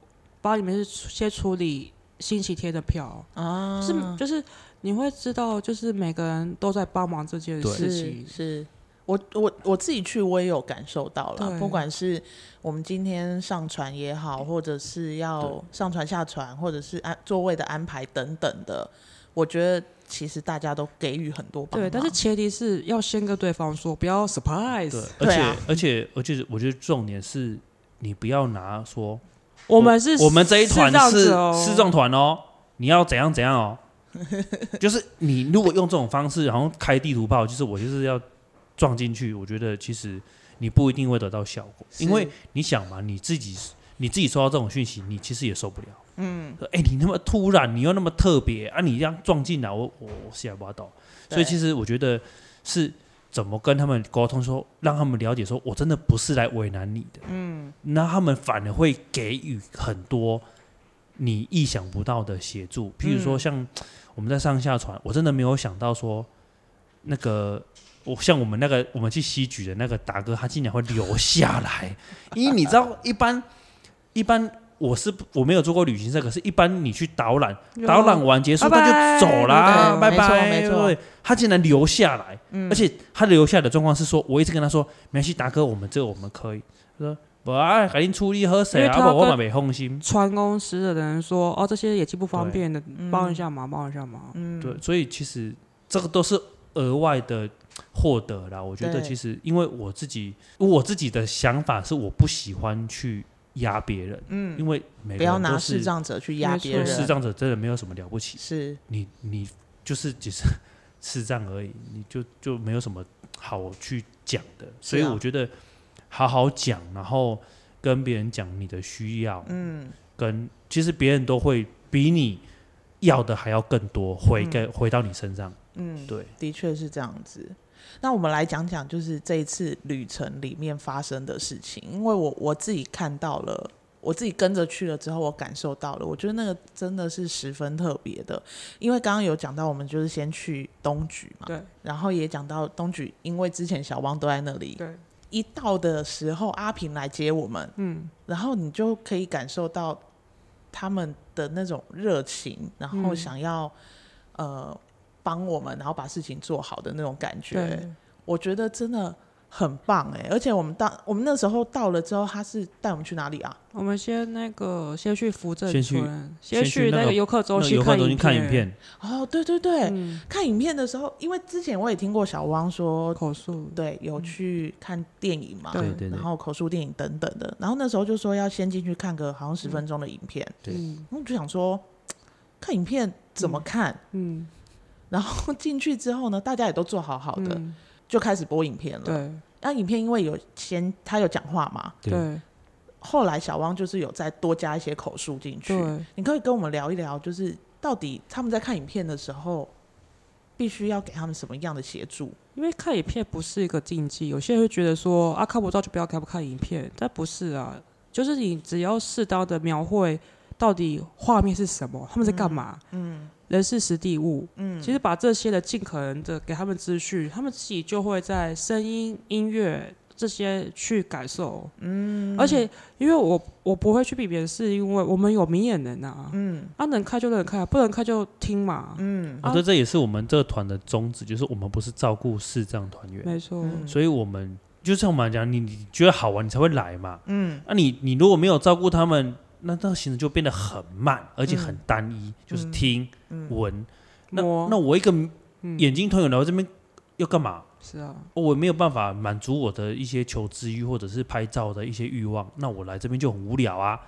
C: 帮你们是先处理星期天的票，
A: 啊，
C: 是就是你会知道，就是每个人都在帮忙这件
D: 对
C: 事
A: 是
C: 情。
A: 是，我我我自己去，我也有感受到了，
C: 对
A: 不管是我们今天上传也好，或者是要上传下传，或者是安座位的安排等等的，我觉得其实大家都给予很多帮
C: 对，
A: 忙。
C: 但是前提是要先跟对方说，不要 surprise。
D: 对，而
A: 对
D: 且、
A: 啊
D: 而且而且，我觉得重点是你不要拿说
C: 我们是
D: 我们这一团
C: 视障
D: 是
C: 者哦
D: 失重团哦，你要怎样怎 样哦，就是你如果用这种方式，然后开地图炮，就是我就是要撞进去，我觉得其实你不一定会得到效果，因为你想嘛，你自己你自己收到这种讯息，你其实也受不了。嗯，哎、你那么突然，你又那么特别啊，你这样撞进来，我我我是也不懂。所
A: 对
D: 以其实我觉得是怎么跟他们沟通说让他们了解说我真的不是来为难你的，嗯，那他们反而会给予很多你意想不到的协助，譬如说像我们在上下船，我真的没有想到说那个。我像我们那个我们去西局的那个达哥，他竟然会留 下来，因为你知道，一般一般我是不我没有做过旅行社，可是一般你去导览，导览完结束
C: 拜
D: 他
C: 拜
D: 就走啦，
A: 对
D: 拜
A: 没错
D: 拜，
A: 没错
D: 对，他竟然留下来，
C: 嗯
D: 而且他留下来的状况是说，我一直跟他说，没关系，达哥，我们这个我们可以，他说不啊，赶紧出力喝水
C: 因为
D: 啊，
C: 他
D: 不然我
C: 跟
D: 嘛没放心，
C: 船公司的人说，哦，这些也经不方便的，帮一下忙，帮一下忙。
A: 嗯
D: 对，所以其实这个都是额外的获得啦。我觉得
A: 对
D: 其实因为我自己，我自己的想法是我不喜欢去压别人，嗯，因为每
A: 不
D: 个
A: 要
D: 人
A: 拿
D: 都
A: 视
D: 是
A: 障者去压
C: 没
A: 别
C: 错
A: 人，
D: 对视障者，真的没有什么了不起，
A: 是
D: 你你就是只是 视障而已，你就就没有什么好去讲的。所以
A: 是啊
D: 我觉得好好讲，然后跟别人讲你的需要，
A: 嗯，
D: 跟其实别人都会比你要的还要更多回给、回到你身上。
A: 嗯
D: 对，
A: 的确是这样子。那我们来讲讲，就是这一次旅程里面发生的事情，因为我我自己看到了，我自己跟着去了之后，我感受到了，我觉得那个真的是十分特别的。因为刚刚有讲到，我们就是先去东莒嘛，
C: 对
A: 然后也讲到东莒，因为之前小汪都在那里，
C: 对，
A: 一到的时候，阿平来接我们，
C: 嗯，
A: 然后你就可以感受到他们的那种热情，然后
C: 嗯
A: 想要、呃帮我们，然后把事情做好的那种感觉
C: 对。，
A: 我觉得真的很棒哎、而且我们到我们那时候到了之后，他是带我们去哪里啊？
C: 我们先那个先去扶正
D: 先去
C: 村，先
D: 先
C: 去
D: 去那个
C: 游客中
D: 那游
C: 心
D: 客
C: 看
D: 中心看
C: 影
D: 影，片，
A: 哦，对对对，
C: 嗯，
A: 看影片的时候，因为之前我也听过小汪说，
C: 口述，
A: 对，有去看电影嘛，
C: 嗯对
D: 对对对
A: 然后口述电影等等的，然后那时候就说要先进去看个好像十分钟的影片，
D: 对
C: 嗯
A: 然后我就想说看影片怎么看，
C: 嗯，
A: 然后进去之后呢，大家也都做好好的，
C: 嗯
A: 就开始播影片了。
C: 对
A: 那影片因为有先他有讲话嘛，
D: 对
C: 对
A: 后来小汪就是有再多加一些口述进去。
C: 对，
A: 你可以跟我们聊一聊，就是到底他们在看影片的时候，必须要给他们什么样的协助？
C: 因为看影片不是一个禁忌，有些人会觉得说啊看不到就不要看不看影片，但不是啊，就是你只要适当的描绘到底画面是什么，他们在干嘛，嗯，人事实地物，嗯，其实把这些的尽可能的给他们资讯，他们自己就会在声音、音乐这些去感受，嗯，而且因为我我不会去避免，是因为我们有明眼人啊，嗯，啊能看就能看，不能看就听嘛，嗯，
D: 我觉得这也是我们这个团的宗旨，就是我们不是照顾视障团员，
C: 没错，
D: 所以我们就像我们讲，你你觉得好玩，你才会来嘛。嗯，那、你你如果没有照顾他们，那这个行程就变得很慢，而且很单一，就是听、闻。那
C: 摸
D: 那我一个眼睛团员来我这边要干嘛？哦
C: 是啊，
D: 我没有办法满足我的一些求知欲或者是拍照的一些欲望，那我来这边就很无聊啊。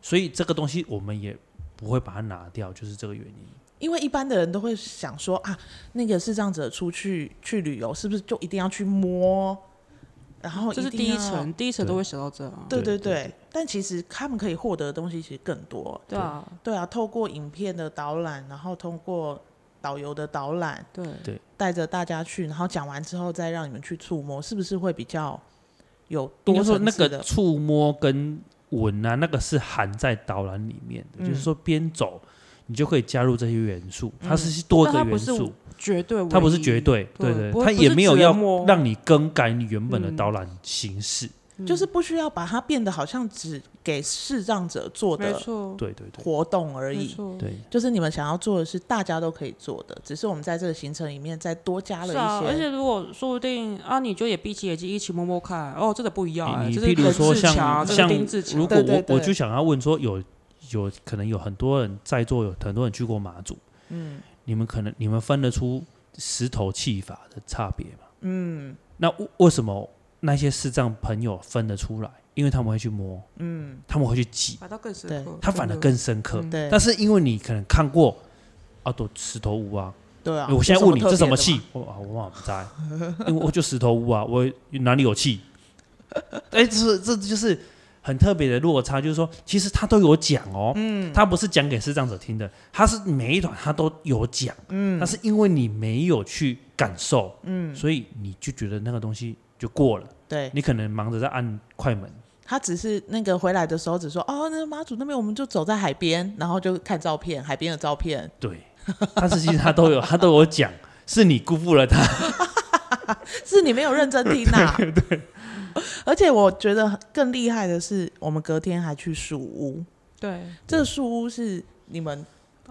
D: 所以这个东西我们也不会把它拿掉，就是这个原因。
A: 因为一般的人都会想说啊，那个视障者出去去旅游，是不是就一定要去摸？然后
C: 这是
A: 定
C: 哦第一
A: 要
C: 层，第一层都
D: 对
C: 会想到这啊。
A: 对对
D: 对对
A: 对，但其实他们可以获得的东西其实更多。
C: 对啊，
A: 对啊，透过影片的导览，然后通过导游的导览，
C: 对
D: 对
A: 带着大家去，然后讲完之后再让你们去触摸，是不是会比较有
D: 应
A: 多
D: 该说
A: 层
D: 那
A: 次
C: 嗯
D: 个
A: 的？
D: 触摸跟闻啊，那个是含在导览里面的，就是说边走你就可以加入这些元素，它是多一个
C: 嗯但它不
D: 元
C: 是
D: 素，
C: 绝对唯一，
D: 它不是绝对，
C: 对
D: 对
C: 不
D: 它
C: 不
D: 也
C: 是
D: 没有
C: 只
D: 要
C: 摸
D: 让你更改你原本的
C: 嗯
D: 导览形式，
A: 就是不需要把它变得好像只给视障者做
C: 没
A: 的
C: 错，
D: 对对对
A: 活动而
C: 没
A: 已。
C: 错，
D: 对，
A: 就是你们想要做的是大家都可以做的，只是我们在这个行程里面再多加了
C: 是啊，而
A: 一些。
C: 且如果说不定啊，你就也闭起眼睛一起摸摸看，哦，这个不一样、欸，
D: 你
C: 这
D: 你譬
C: 是
D: 如
C: 林
D: 说
C: 志
D: 像
C: 强这是
D: 像
C: 丁志，强
D: 如果
A: 对对
D: 我我
A: 对
D: 就想要问说，有有可能有很多人在座，有很多人去过马祖，
A: 嗯
D: 你们可能你们分得出石头气法的差别吗？
A: 嗯
D: 那为为什么那些视障朋友分得出来？因为他们会去摸，
A: 嗯，
D: 他们会去挤，
C: 反倒更深
A: 对
C: 刻，
D: 他反而
C: 真的
D: 更深刻。
C: 嗯
A: 对
D: 但是因为你可能看过啊，都石头屋啊，
A: 对啊。
D: 我现在
A: 有
D: 问你这什
A: 特别的
D: 么气
A: 吗？，
D: 我啊我忘了不在， 因为我就石头屋啊，我哪里有气？ 哎、这是这就是很特别的落差，就是说，其实他都有讲哦，嗯，他不是讲给视障者听的，他是每一团他都有讲，嗯，但是因为你没有去感受，嗯，所以你就觉得那个东西就过了，
A: 对，
D: 你可能忙着在按快门，
A: 他只是那个回来的时候只说哦，那个妈祖那边我们就走在海边，然后就看照片，海边的照片。
D: 对，但是其实他都有他都有讲，是你辜负了他，
A: 是你没有认真听呐、 对而且我觉得更厉害的是，我们隔天还去树屋，
C: 对。
A: 这个树屋是你们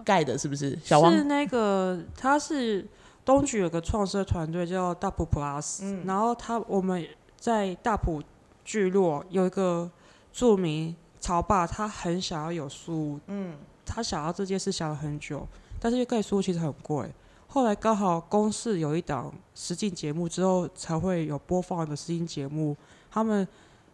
A: 盖的，是不是？小
C: 是
A: 王
C: 那个，他是东局有个创设团队叫大埔 Plus，、然后他我们在大埔聚落有一个著名潮爸，他很想要有书，嗯，他想要这件事想了很久，但是盖书其实很贵。后来刚好公视有一档实境节目之后才会有播放的实境节目，他们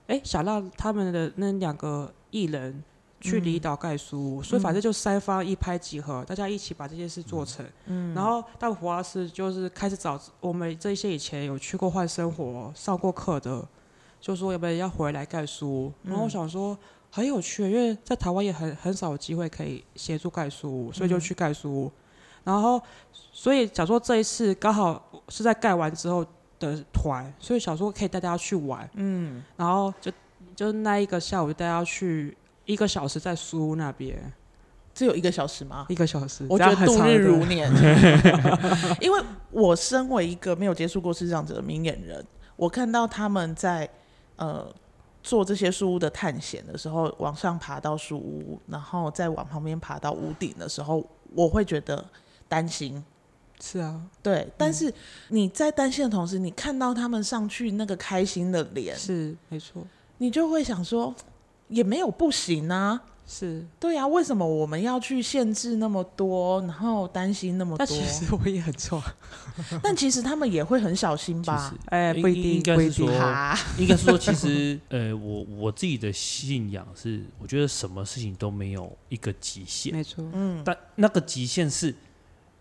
C: 哎、想让他们的那两个艺人去离岛盖书屋，所以反正就三方一拍即合，大家一起把这件事做成。嗯，然后大普华斯就是开始找我们这些以前有去过换生活、上过课的，就说有没有人要回来盖书屋。然后我想说。很有趣，因为在台湾也很很少有机会可以协助盖书屋，所以就去盖书屋。然后，所以想说这一次刚好是在盖完之后的团，所以想说可以带大家去玩，嗯，然后就就那一个下午带大家去一个小时在苏屋那边，
A: 只有一个小时吗？
C: 一个小时，
A: 我
C: 这样
A: 觉得
C: 很
A: 度
C: 长
A: 日
C: 对不
A: 如
C: 对
A: 年， 因为我身为一个没有接触过视障者的明眼人，我看到他们在呃做这些树屋的探险的时候，往上爬到树屋，然后再往旁边爬到屋顶的时候，我会觉得担心。
C: 是啊，
A: 对，但是你在担心的同时，你看到他们上去那个开心的脸，
C: 是没错，
A: 你就会想说，也没有不行啊。
C: 是。
A: 对啊，为什么我们要去限制那么多，然后担心那么
C: 但
A: 多？
C: 其实我也很 错，
A: 但其实他们也会很小心吧？
C: 哎，
D: 应
C: 不一定，
D: 应该
C: 不
D: 是
C: 一定
D: 说
A: 啊，
D: 应该说，其实 呃，我我自己的信仰是，我觉得什么事情都没有一个极限，
C: 没错，
A: 嗯，
D: 但那个极限是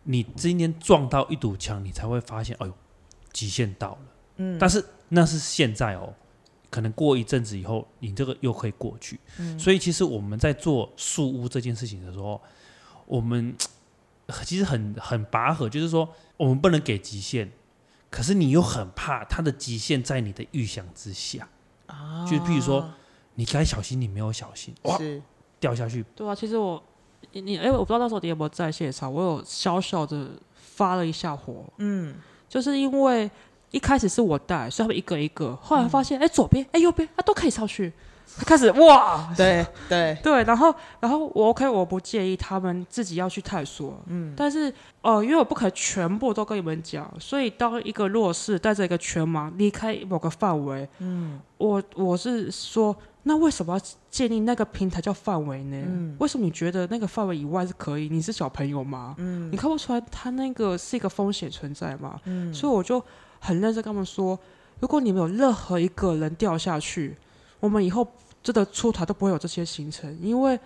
D: 你今天撞到一堵墙，你才会发现，哎呦，极限到了。嗯，但是那是现在哦，可能过一阵子以后，你这个又可以过去。所以其实我们在做树屋这件事情的时候，我们其实很很拔河，就是说我们不能给极限。可是你又很怕它的极限在你的预想之下，
A: 啊
D: 就譬如说，你该小心，你没有小心，哇，
A: 是
D: 掉下去，
C: 对啊。其实我，你你哎，我不知道那时候你有没有在现场，我有小小的发了一下火，
A: 嗯，
C: 就是因为一开始是我带，所以他们一个一个，后来发现哎、左边哎、右边啊都可以上 去，开始哇
A: 对对，
C: 对，然后然后我 OK 我不介意他们自己要去探索，嗯，但是呃因为我不可能全部都跟你们讲，所以当一个弱势带着一个全盲离开某个范围，嗯，我我是说。那为什么要建立那个平台叫范围呢？为什么你觉得那个范围以外是可以？你是小朋友吗？嗯，你看不出来他那个是一个风险存在吗？嗯，所以我就很认真跟他们说，如果你们有任何一个人掉下去，我们以后真的出团都不会有这些行程，因为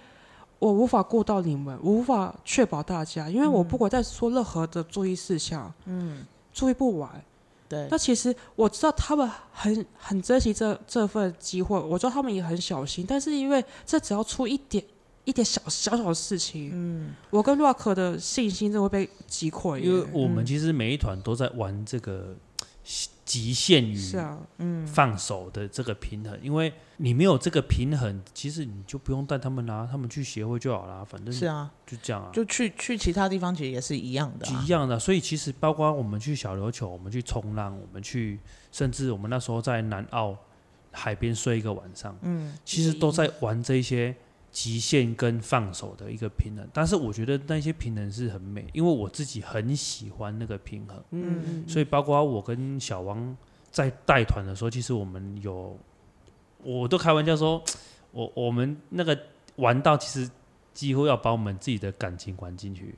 C: 我无法顾到你们，我无法确保大家，因为我不管在说任何的注意事项，嗯，注意不完。
A: 对
C: 那其实我知道他们很很珍惜这这份机会，我知道他们也很小心，但是因为这只要出一点一点小小小的事情，嗯，我跟 Rock 的信心真的会被击溃耶，
D: 因为我
A: 嗯
D: 们其实每一团都在玩这个 极限与
C: 是啊，
D: 放手的这个平衡，因为你没有这个平衡，其实你就不用带他们啦、他们去协会就好啦，反正
A: 是啊，
D: 就这样啊，
A: 就去去其他地方其实也是一样的啊、
D: 一样的啊。所以其实包括我们去小琉球，我们去冲浪，我们去，甚至我们那时候在南澳海边睡一个晚上，
A: 嗯，
D: 其实都在玩这一些极限跟放手的一个平衡。但是我觉得那些平衡是很美，因为我自己很喜欢那个平衡。
C: 嗯，
D: 所以包括我跟小王在带团的时候，其实我们有，我都开玩笑说，我我们那个玩到其实几乎要把我们自己的感情玩 进去，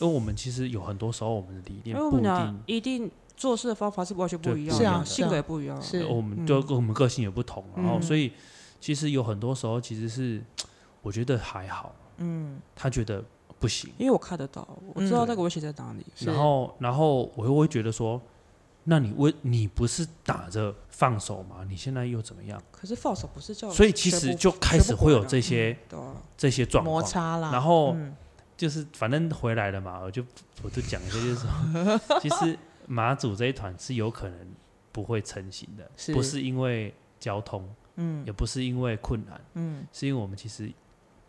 D: 因为我们其实有很多时候我们的理
C: 因
D: 念
C: 为我
A: 哦
D: 不一
C: 们俩
D: 定。
C: 一定做事的方法是完全不一样
D: 对不一啊
C: 的，
D: 样的
C: 性格也不一样。
A: 是
D: 我们就跟我们个性也不同，然后
A: 嗯
D: 所以其实有很多时候其实是我觉得还好，
A: 嗯，
D: 他觉得不行，
C: 因为我看得到，我知道那个危险在哪里。
A: 是
D: 然后然后我又会觉得说，那你为你不是打着放手吗？你现在又怎么样？
C: 可是放手不
A: 嗯
C: 是叫，
D: 所以其实就开始会有这些
C: 对啊
D: 这些状
A: 摩
D: 况，
A: 擦啦，
D: 然后
A: 嗯
D: 就是反正回来了嘛，我就我就讲一下，就是说，其实马祖这一团是有可能不会成型的，
A: 是
D: 不是因为交通，
A: 嗯
D: 也不是因为困难，
A: 嗯，
D: 是因为我们其实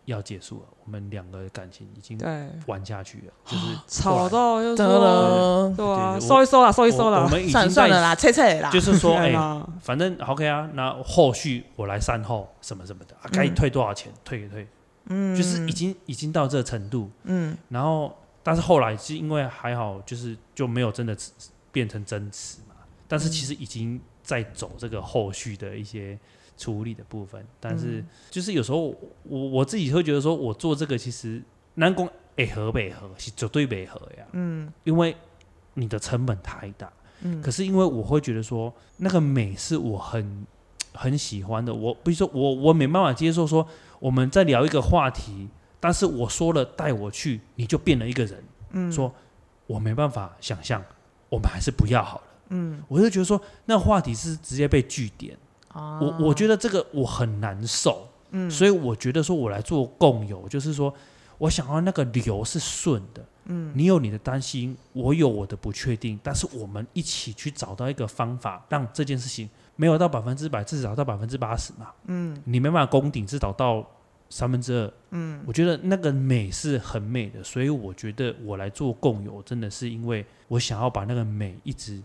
D: 要结束了，我们两个感情已经
C: 对，
D: 玩下去
A: 啊
D: 了，就是
C: 吵到就是
A: 得
C: 说，
A: 了，
C: 对啊，
D: 对
C: 收一收啦，收
D: 我
C: 一收
D: 我
C: 啦，
D: 们已
A: 算
D: 经
A: 了
D: 在
A: 算了啦，切切啦，
D: 就是 说，哎、
C: 对啦
D: 反正 OK 啊，那后续我来善后什么什么的，啊该、
A: 嗯
D: 退多少钱退给退，
A: 嗯，
D: 就是已经已经到这个程度，
A: 嗯
D: 然后但是后来是因为还好，就是就没有真的变成真实嘛，但是
A: 嗯
D: 其实已经在走这个后续的一些处理的部分，但
A: 嗯
D: 是就是有时候我我我自己会觉得说，我做这个其实南宫北合北合是绝对北合呀，
A: 嗯
D: 因为你的成本太大。
A: 嗯，
D: 可是因为我会觉得说，那个美是我很很喜欢的。我比如说我我没办法接受说我们在聊一个话题，但是我说了带我去，你就变了一个人，
A: 嗯
D: 说我没办法想象，我们还是不要好了。
A: 嗯
D: 我就觉得说，那话题是直接被据点。
A: 啊，
D: 我我觉得这个我很难受，
A: 嗯
D: 所以我觉得说我来做共有，就是说我想要那个流是顺的，嗯，你有你的担心，我有我的不确定，但是我们一起去找到一个方法，让这件事情没有到百分之百，至少到百分之八十嘛，嗯，你没办法攻顶，至少到三分之二，嗯，我觉得那个美是很美的，所以我觉得我来做共有，真的是因为我想要把那个美一直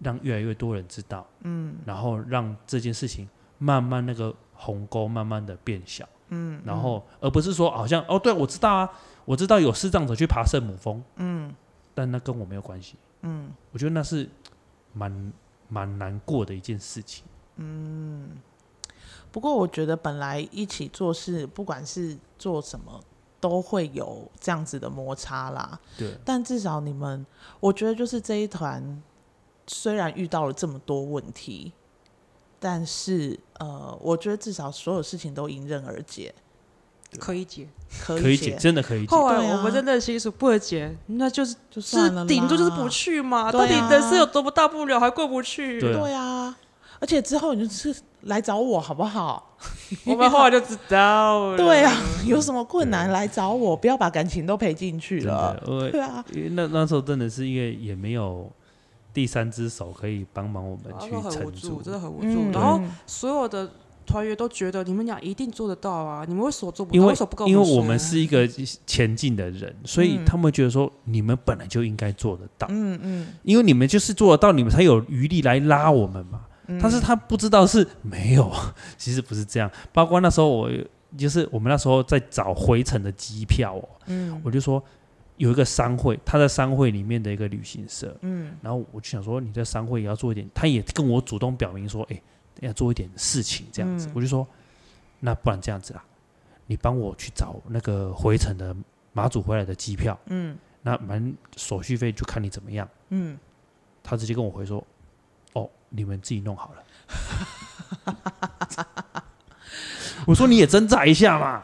D: 让越来越多人知道，嗯，然后让这件事情慢慢那个鸿沟慢慢的变小，嗯，然后而不是说好像哦，对我知道啊，我知道有视障者去爬圣母峰，嗯，但那跟我没有关系，嗯，我觉得那是蛮蛮难过的一件事情，
A: 不过我觉得本来一起做事，不管是做什么，都会有这样子的摩擦啦。
D: 对，
A: 但至少你们，我觉得就是这一团，虽然遇到了这么多问题，但是呃，我觉得至少所有事情都迎刃而解，
C: 可以解。
A: 可
D: 可以
A: 以
D: 解，真的可哎以解，
C: 后
A: 对
C: 来
A: 啊
C: 我们真的清楚不能解，那就是
A: 就是算了啦，
C: 顶多就是不去嘛。
A: 对啊
C: 到底人生有多么大不了，还过不去？
D: 对
A: 对啊，而且之后你就是来找我好不好？
C: 我们后来就知道了。
A: 对啊， 有什么困难来找我，不要把感情都赔进去
D: 真
A: 了
D: 的。，因为
A: 对啊，
D: 因为那那时候真的是因为也没有第三只手可以帮忙我们
C: 然
D: 去
C: 后啊很无
D: 撑
C: 助，
D: 住，
C: 真的很无助。
A: 嗯，
C: 然后所有的团员都觉得你们俩一定做得到啊，你们为什么做不到？
D: 因为
C: 为什么不跟
D: 因
C: 们
A: 啊
D: 为
C: 说
D: 我们是一个前进的人，所以他们觉得说你们本来就应该做得到，
A: 嗯嗯
D: 因为你们就是做得到，你们才有余力来拉我们嘛。
A: 嗯
D: 但是他不知道是没有， 其实不是这样。包括那时候我就是我们那时候在找回程的机票哦，
A: 嗯
D: 我就说有一个商会，他在商会里面的一个旅行社，
A: 嗯
D: 然后我就想说你在商会也要做一点，他也跟我主动表明说，哎、要做一点事情这样子，
A: 嗯
D: 我就说那不然这样子啦，你帮我去找那个回程的马祖回来的机票，
A: 嗯
D: 那蛮手续费就看你怎么样。
A: 嗯，
D: 他直接跟我回说：“哦，你们自己弄好了。” 我说：“你也挣扎一下嘛。”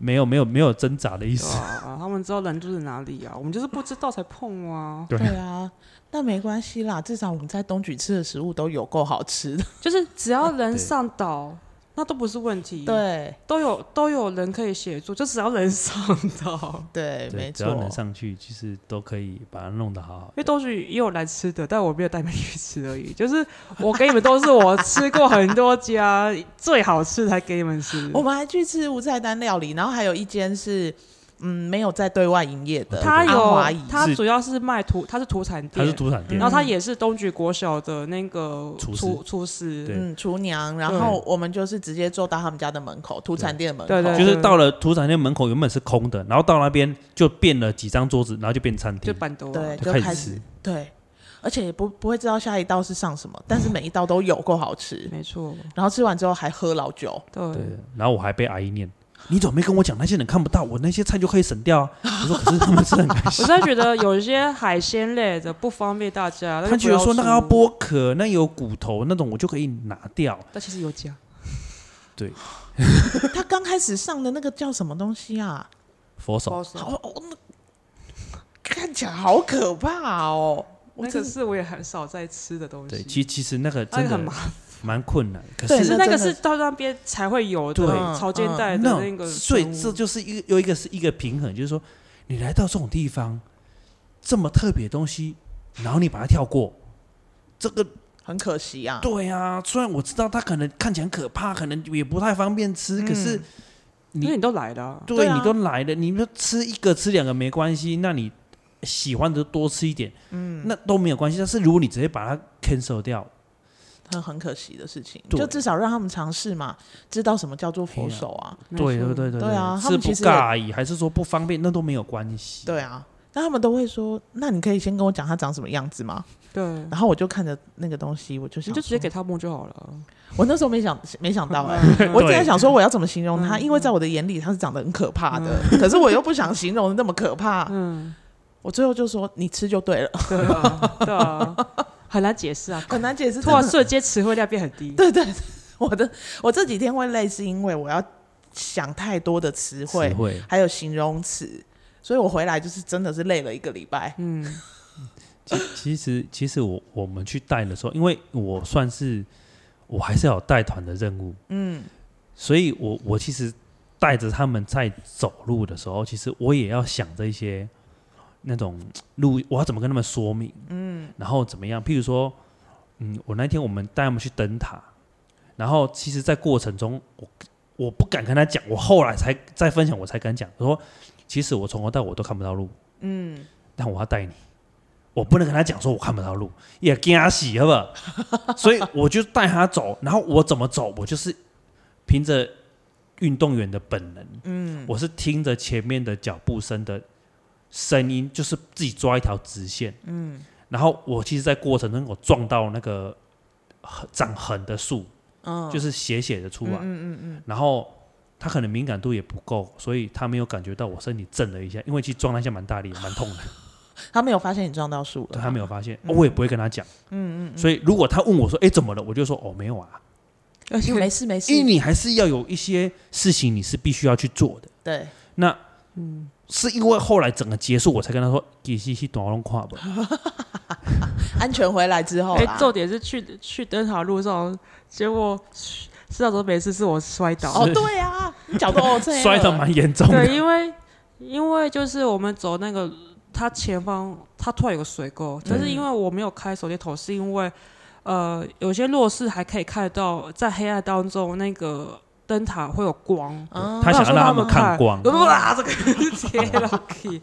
D: 没有，没有，没有挣扎的 意
C: 对
A: 哦
D: 思。
C: 啊，他们知道难度在哪里啊，我们就是不知道才碰啊。
D: 对
A: 对啊，但没关系啦，至少我们在东莒吃的食物都有够好吃的。
C: 就是只要人
D: 对
C: 上岛，那都不是问
D: 嗯
C: 题。，
A: 对
C: 都有都有人可以协助，就只要人上 岛。
A: 对，没
D: 只
A: 错
D: 要，能上去，其实都可以把它弄得好好
C: 因。为都是也有来吃的，但我没有带你们去吃而已。就是我给你们都是我吃过很多家最好吃才给你们吃。
A: 我们还去吃无菜单料理，然后还有一间是嗯没有在对外营业的
C: 他
A: 阿华
C: 有
A: 姨，
C: 他
D: 是
C: 主要是卖土，他是土产
D: 它
C: 店
D: 是，土产
A: 嗯
D: 店
C: 然，后他也是东局国小的那个
D: 厨师
C: 厨厨师，
D: 对
A: 嗯厨娘，然
C: 对
A: 后我们就是直接坐到他们家的门口，土产店的门口，
C: 对对对
D: 就是到了土产店门口原本是空的，然后到那边就变了几张桌子，然后就变餐
C: 就
D: 厅，
C: 板豆啊，
A: 对，
D: 就
A: 就
D: 开始
A: 开
D: 吃
A: 始对，而且也不不会知道下一道是上什么，但是每一道都有够好吃。
C: 没错，
A: 然后吃完之后还喝老酒，
C: 对
D: 对，然后我还被阿姨念。你怎么没跟我讲？那些人看不到，我那些菜就可以省掉啊！我说，可是他们 是很开
C: 我
D: 心。
C: 真的觉得有一些海鲜类的不方便大 家，那
D: 他
C: 就
D: 觉得
C: 不要
D: 说那个要
C: 出，
D: 剥壳，那有骨头那种，我就可以拿掉。
C: 但其实有加
A: 他刚开始上的那个叫什么东西啊？
D: 佛手，
A: 好哦，那看起来好可怕哦！
C: 那
A: 我
C: 个
A: 真是
C: 是我也很少在吃的东
D: 对，
C: 西，
D: 其其实那个
C: 那
D: 真
C: 个哎很
D: 的
C: 麻
D: 蛮困难，可
A: 对
C: 可
D: 是
C: 是那
A: 那
C: 个
A: 真的
C: 是到那边才会有的
D: 对嗯
C: 潮间带的
D: 那
C: 那个生
D: 种
C: 物，
D: 所以这就是一个又一个是一个平衡，就是说你来到这种地方，这么特别的东西，然后你把它跳过，这个
A: 很可惜啊。
D: 对啊，虽然我知道它可能看起来很可怕，可能也不太方便吃，可是
A: 嗯
D: 你
C: 因为你都来了啊，
D: 对
A: 对啊
D: 你都来了，你就吃一个吃两个没关系，那你喜欢的多吃一点，嗯，那都没有关系。但是如果你直接把它 cancel 掉，
A: 很很可惜的事情，
D: 对
A: 就至少让他们尝试嘛，知道什么叫做
C: 哎
A: 佛手啊，
C: 没
D: 对
C: 错
D: 对对对
A: 对啊他
D: 是
A: 们
D: 不
A: 其实
D: 尬意还是说不方便，那都没有关系。
A: 对啊。那他们都会说，那你可以先跟我讲它长什么样子吗？
C: 对，
A: 然后我就看着那个东西，我就
C: 你
A: 想
C: 就
A: 说，
C: 直接给他摸就好了啊。
A: 我那时候没想没想到哎、
C: 嗯
A: 我一直在想说我要怎么形容它，
C: 嗯
A: 因为在我的眼里它是长得很可怕的，可是我又不想形容的那么可怕，
C: 嗯，
A: 我最后就说你吃就对了，
C: 对 啊，对啊，很难解释啊。
A: 很难解释。
C: 突然瞬间词汇量变很低，
A: 对对，对 我的我这几天会累，是因为我要想太多的词
D: 词
A: 汇，
D: 汇
A: 还有形容词，所以我回来就是真的是累了一个礼拜。
C: 嗯，
D: 其其实其实我我们去带的时候，因为我算是我还是要有带团的任务，
A: 嗯，
D: 所以我我其实带着他们在走路的时候，其实我也要想这些那种路，我要怎么跟他们说明，嗯，然后怎么样？譬如说，嗯，我那天我们带他们去灯塔，然后其实，在过程中，我我不敢跟他讲，我后来才再分享，我才敢讲，我说其实我从头到尾我都看不到路，
A: 嗯，
D: 但我要带你。我不能跟他讲说我看不到路，也惊他洗，好不好？ 所以我就带他走，然后我怎么走，我就是凭着运动员的本能，嗯，我是听着前面的脚步声的声音，就是自己抓一条直线，嗯，然后我其实，在过程中我撞到那个很长横的树，嗯，就是斜斜的出来，嗯嗯嗯，然后他可能敏感度也不够，所以他没有感觉到我身体震了一下，因为其实撞那一下蛮大力，蛮痛的。
A: 他没有发现你撞到树了，
D: 对他没有发现，我也不会跟他讲。嗯嗯。所以如果他问我说：“哎，怎么了？”我就说：“哦，没有啊，
C: 而且
A: 没事没事
D: 因，为你还是要有一些事情你是必须要去做的。
A: 对，
D: 那是因为后来整个结束，我才跟他说：“其实是短龙跨吧。
A: 安全回来
D: 哦
A: 之后
C: 哎
A: 啦，，
C: 重点是去去灯塔路上，结果市长说每次是我摔倒，
A: 哦对啊，你脚都哦这样了
D: 摔得蛮严重的。
C: 对，因为因为就是我们走那个，它前方它突然有个水沟，
D: 嗯
C: 但是因为我没有开手电筒，是因为呃有些弱势还可以看得到，在黑暗当中那个灯塔会有光。
A: 嗯
D: 他想要让他们
C: 我想说
D: 看光
C: 我。说啊，这个是贴了 key。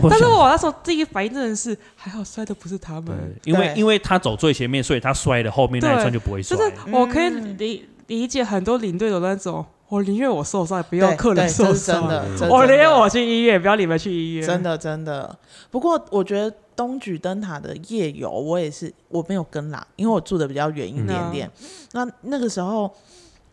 D: 我
C: 但是
D: 想
C: 我那时候第一反应真的是，还好摔的不是他们，
D: 对，因为
A: 对
D: 因为他走最前面，所以他摔了后面那一
C: 对
D: 串就不会
C: 就
D: 摔。
C: 是我可以理理解很多领队的那种，我宁愿我受伤，也不要
A: 对
C: 客人
A: 对这
C: 受
A: 是真
C: 伤。
A: 的，这是
C: 我宁
A: 真
C: 愿
A: 的
C: 哦我去医院，不要你们去医院。
A: 真的真的。不过我觉得东举灯塔的夜游，我也是我没有跟啦，因为我住的比较远一点点。那那个时候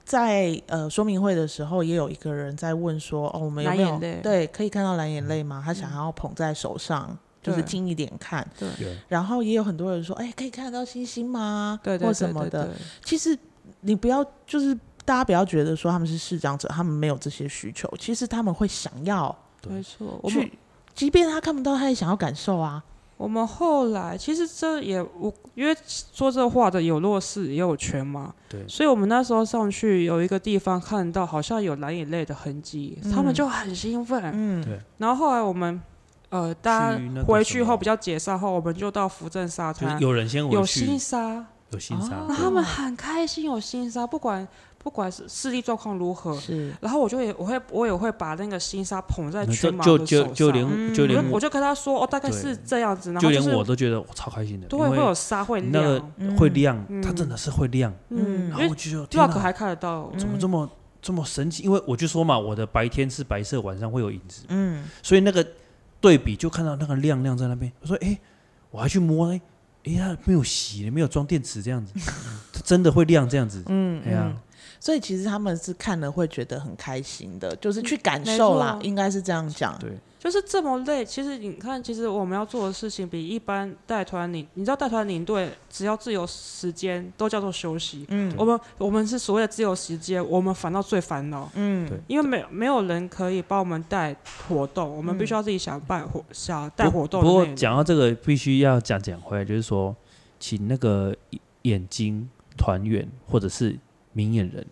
A: 在呃说明会的时候，也有一个人在问说，哦，我们有
C: 蓝
A: 没有
C: 眼泪嗯
A: 对可以看到蓝眼泪吗？他想要捧在手上。就是
C: 对
A: 近一点看，
D: 对
A: 然后也有很多人说，哎、可以看得到星星吗？
C: 对对
A: 或
C: 对
A: 什么
C: 对
A: 的。
C: 对
A: 其实你不要，就是大家不要觉得说他们是视障者，他们没有这些需求。其实他们会想要
D: 对
C: 没错，我们
A: 去，即便他看不到，他也想要感受啊。
C: 我们后来其实这也我因为说这话的有弱势也有权嘛，
D: 对
C: 所以我们那时候上去有一个地方看到好像有蓝眼泪的痕迹，他们就很兴奋。
A: 嗯
C: 然后后来我们呃大
D: 去
C: 家
D: 那个
C: 回
D: 什
C: 去
D: 么
C: 后比较解散后，我们就到福正沙
D: 就是
C: 滩，
D: 有人先回
C: 有
D: 去
C: 新，沙，
D: 有心啊沙，
A: 哦
C: 然
D: 对
C: 后他们很开心有新沙，不管不管是视力状况如何，
A: 嗯是
C: 然后我就也我会我也会把那个新沙捧在
D: 那
C: 全盲
D: 就
C: 的
D: 就
C: 手
D: 就
C: 上嗯
D: 连就
C: 我
D: 连
C: 就我就跟他说哦，大概
D: 对
C: 是这样子，然
D: 就
C: 后
D: 连
C: 是
D: 我都觉得我超开心的，
C: 对
D: 因
C: 会
D: 为
C: 有沙会
D: 那个
C: 亮，
D: 会亮，它
C: 嗯
D: 真的是会亮，
C: 嗯，
D: 然
C: 因
D: 后
C: 为
D: 我就觉得天
C: rock
D: 哪，嗯
C: 还嗯看得到，
D: 怎么这么这么神奇？因为我就说嘛，我的白天是白色，晚上会有影子，
A: 嗯，
D: 所以那个对比就看到那个亮亮在那边。我说，哎、我还去摸，哎、诶它没有洗，没有装电池 这样子，它真的会亮这样子。嗯，哎呀、
A: 所以其实他们是看了会觉得很开心的，就是
D: 嗯
A: 去感
C: 没
A: 受
C: 错
A: 啦，应该是这样讲。
D: 对，
C: 就是这么累。其实你看，其实我们要做的事情比一般带团领，你知道带团领队只要自由时间都叫做休息。
A: 嗯
C: 我们我们是所谓的自由时间，我们反倒最烦恼，
A: 嗯
C: 因为没有没有人可以帮我们带活动，我们
A: 嗯
C: 必须要自己想办活想带
D: 不
C: 活动的
D: 不过
C: 内容
D: 讲到这个，必须要讲讲回来，就是说，请那个眼睛团员或者是明眼人，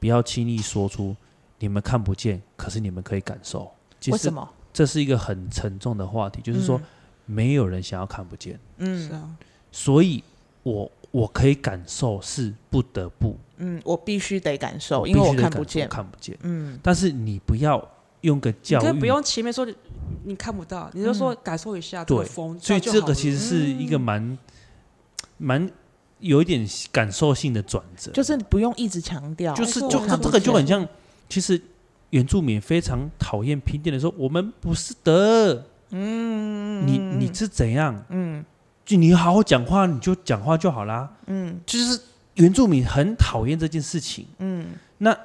D: 不要轻易说出你们看不见，可是你们可以感受。其
A: 为
D: 实
A: 什么？
D: 这是一个很沉重的话题，
C: 嗯
D: 就是说，没有人想要看不见，
C: 是
A: 嗯
C: 啊，
D: 所以我我可以感受是不得不，
A: 嗯，我必须得感受，
D: 必
A: 因为我
D: 须得
A: 看
D: 感
A: 不
D: 受
A: 见。
D: 看不见。
A: 嗯，
D: 但是你不要用个
C: 你
D: 教
C: 可以
D: 育，
C: 不用前面说你你看不到，你就说
A: 嗯
C: 感受一下这
D: 对
C: 个风，
D: 所以
C: 样就
D: 这
C: 好
D: 个
C: 了嗯
D: 其实是一个蛮蛮有一点感受性的转折，
A: 就是不用一直强调，
D: 哎就是
C: 没错
D: 就
C: 我
D: 它
C: 看
D: 这
C: 不
D: 个就
C: 见
D: 很像，其实原住民非常讨厌拼电的说，我们不是的，嗯，你你是怎样，嗯，就你好好讲话，你就讲话就好啦，嗯，就是原住民很讨厌这件事情，嗯，那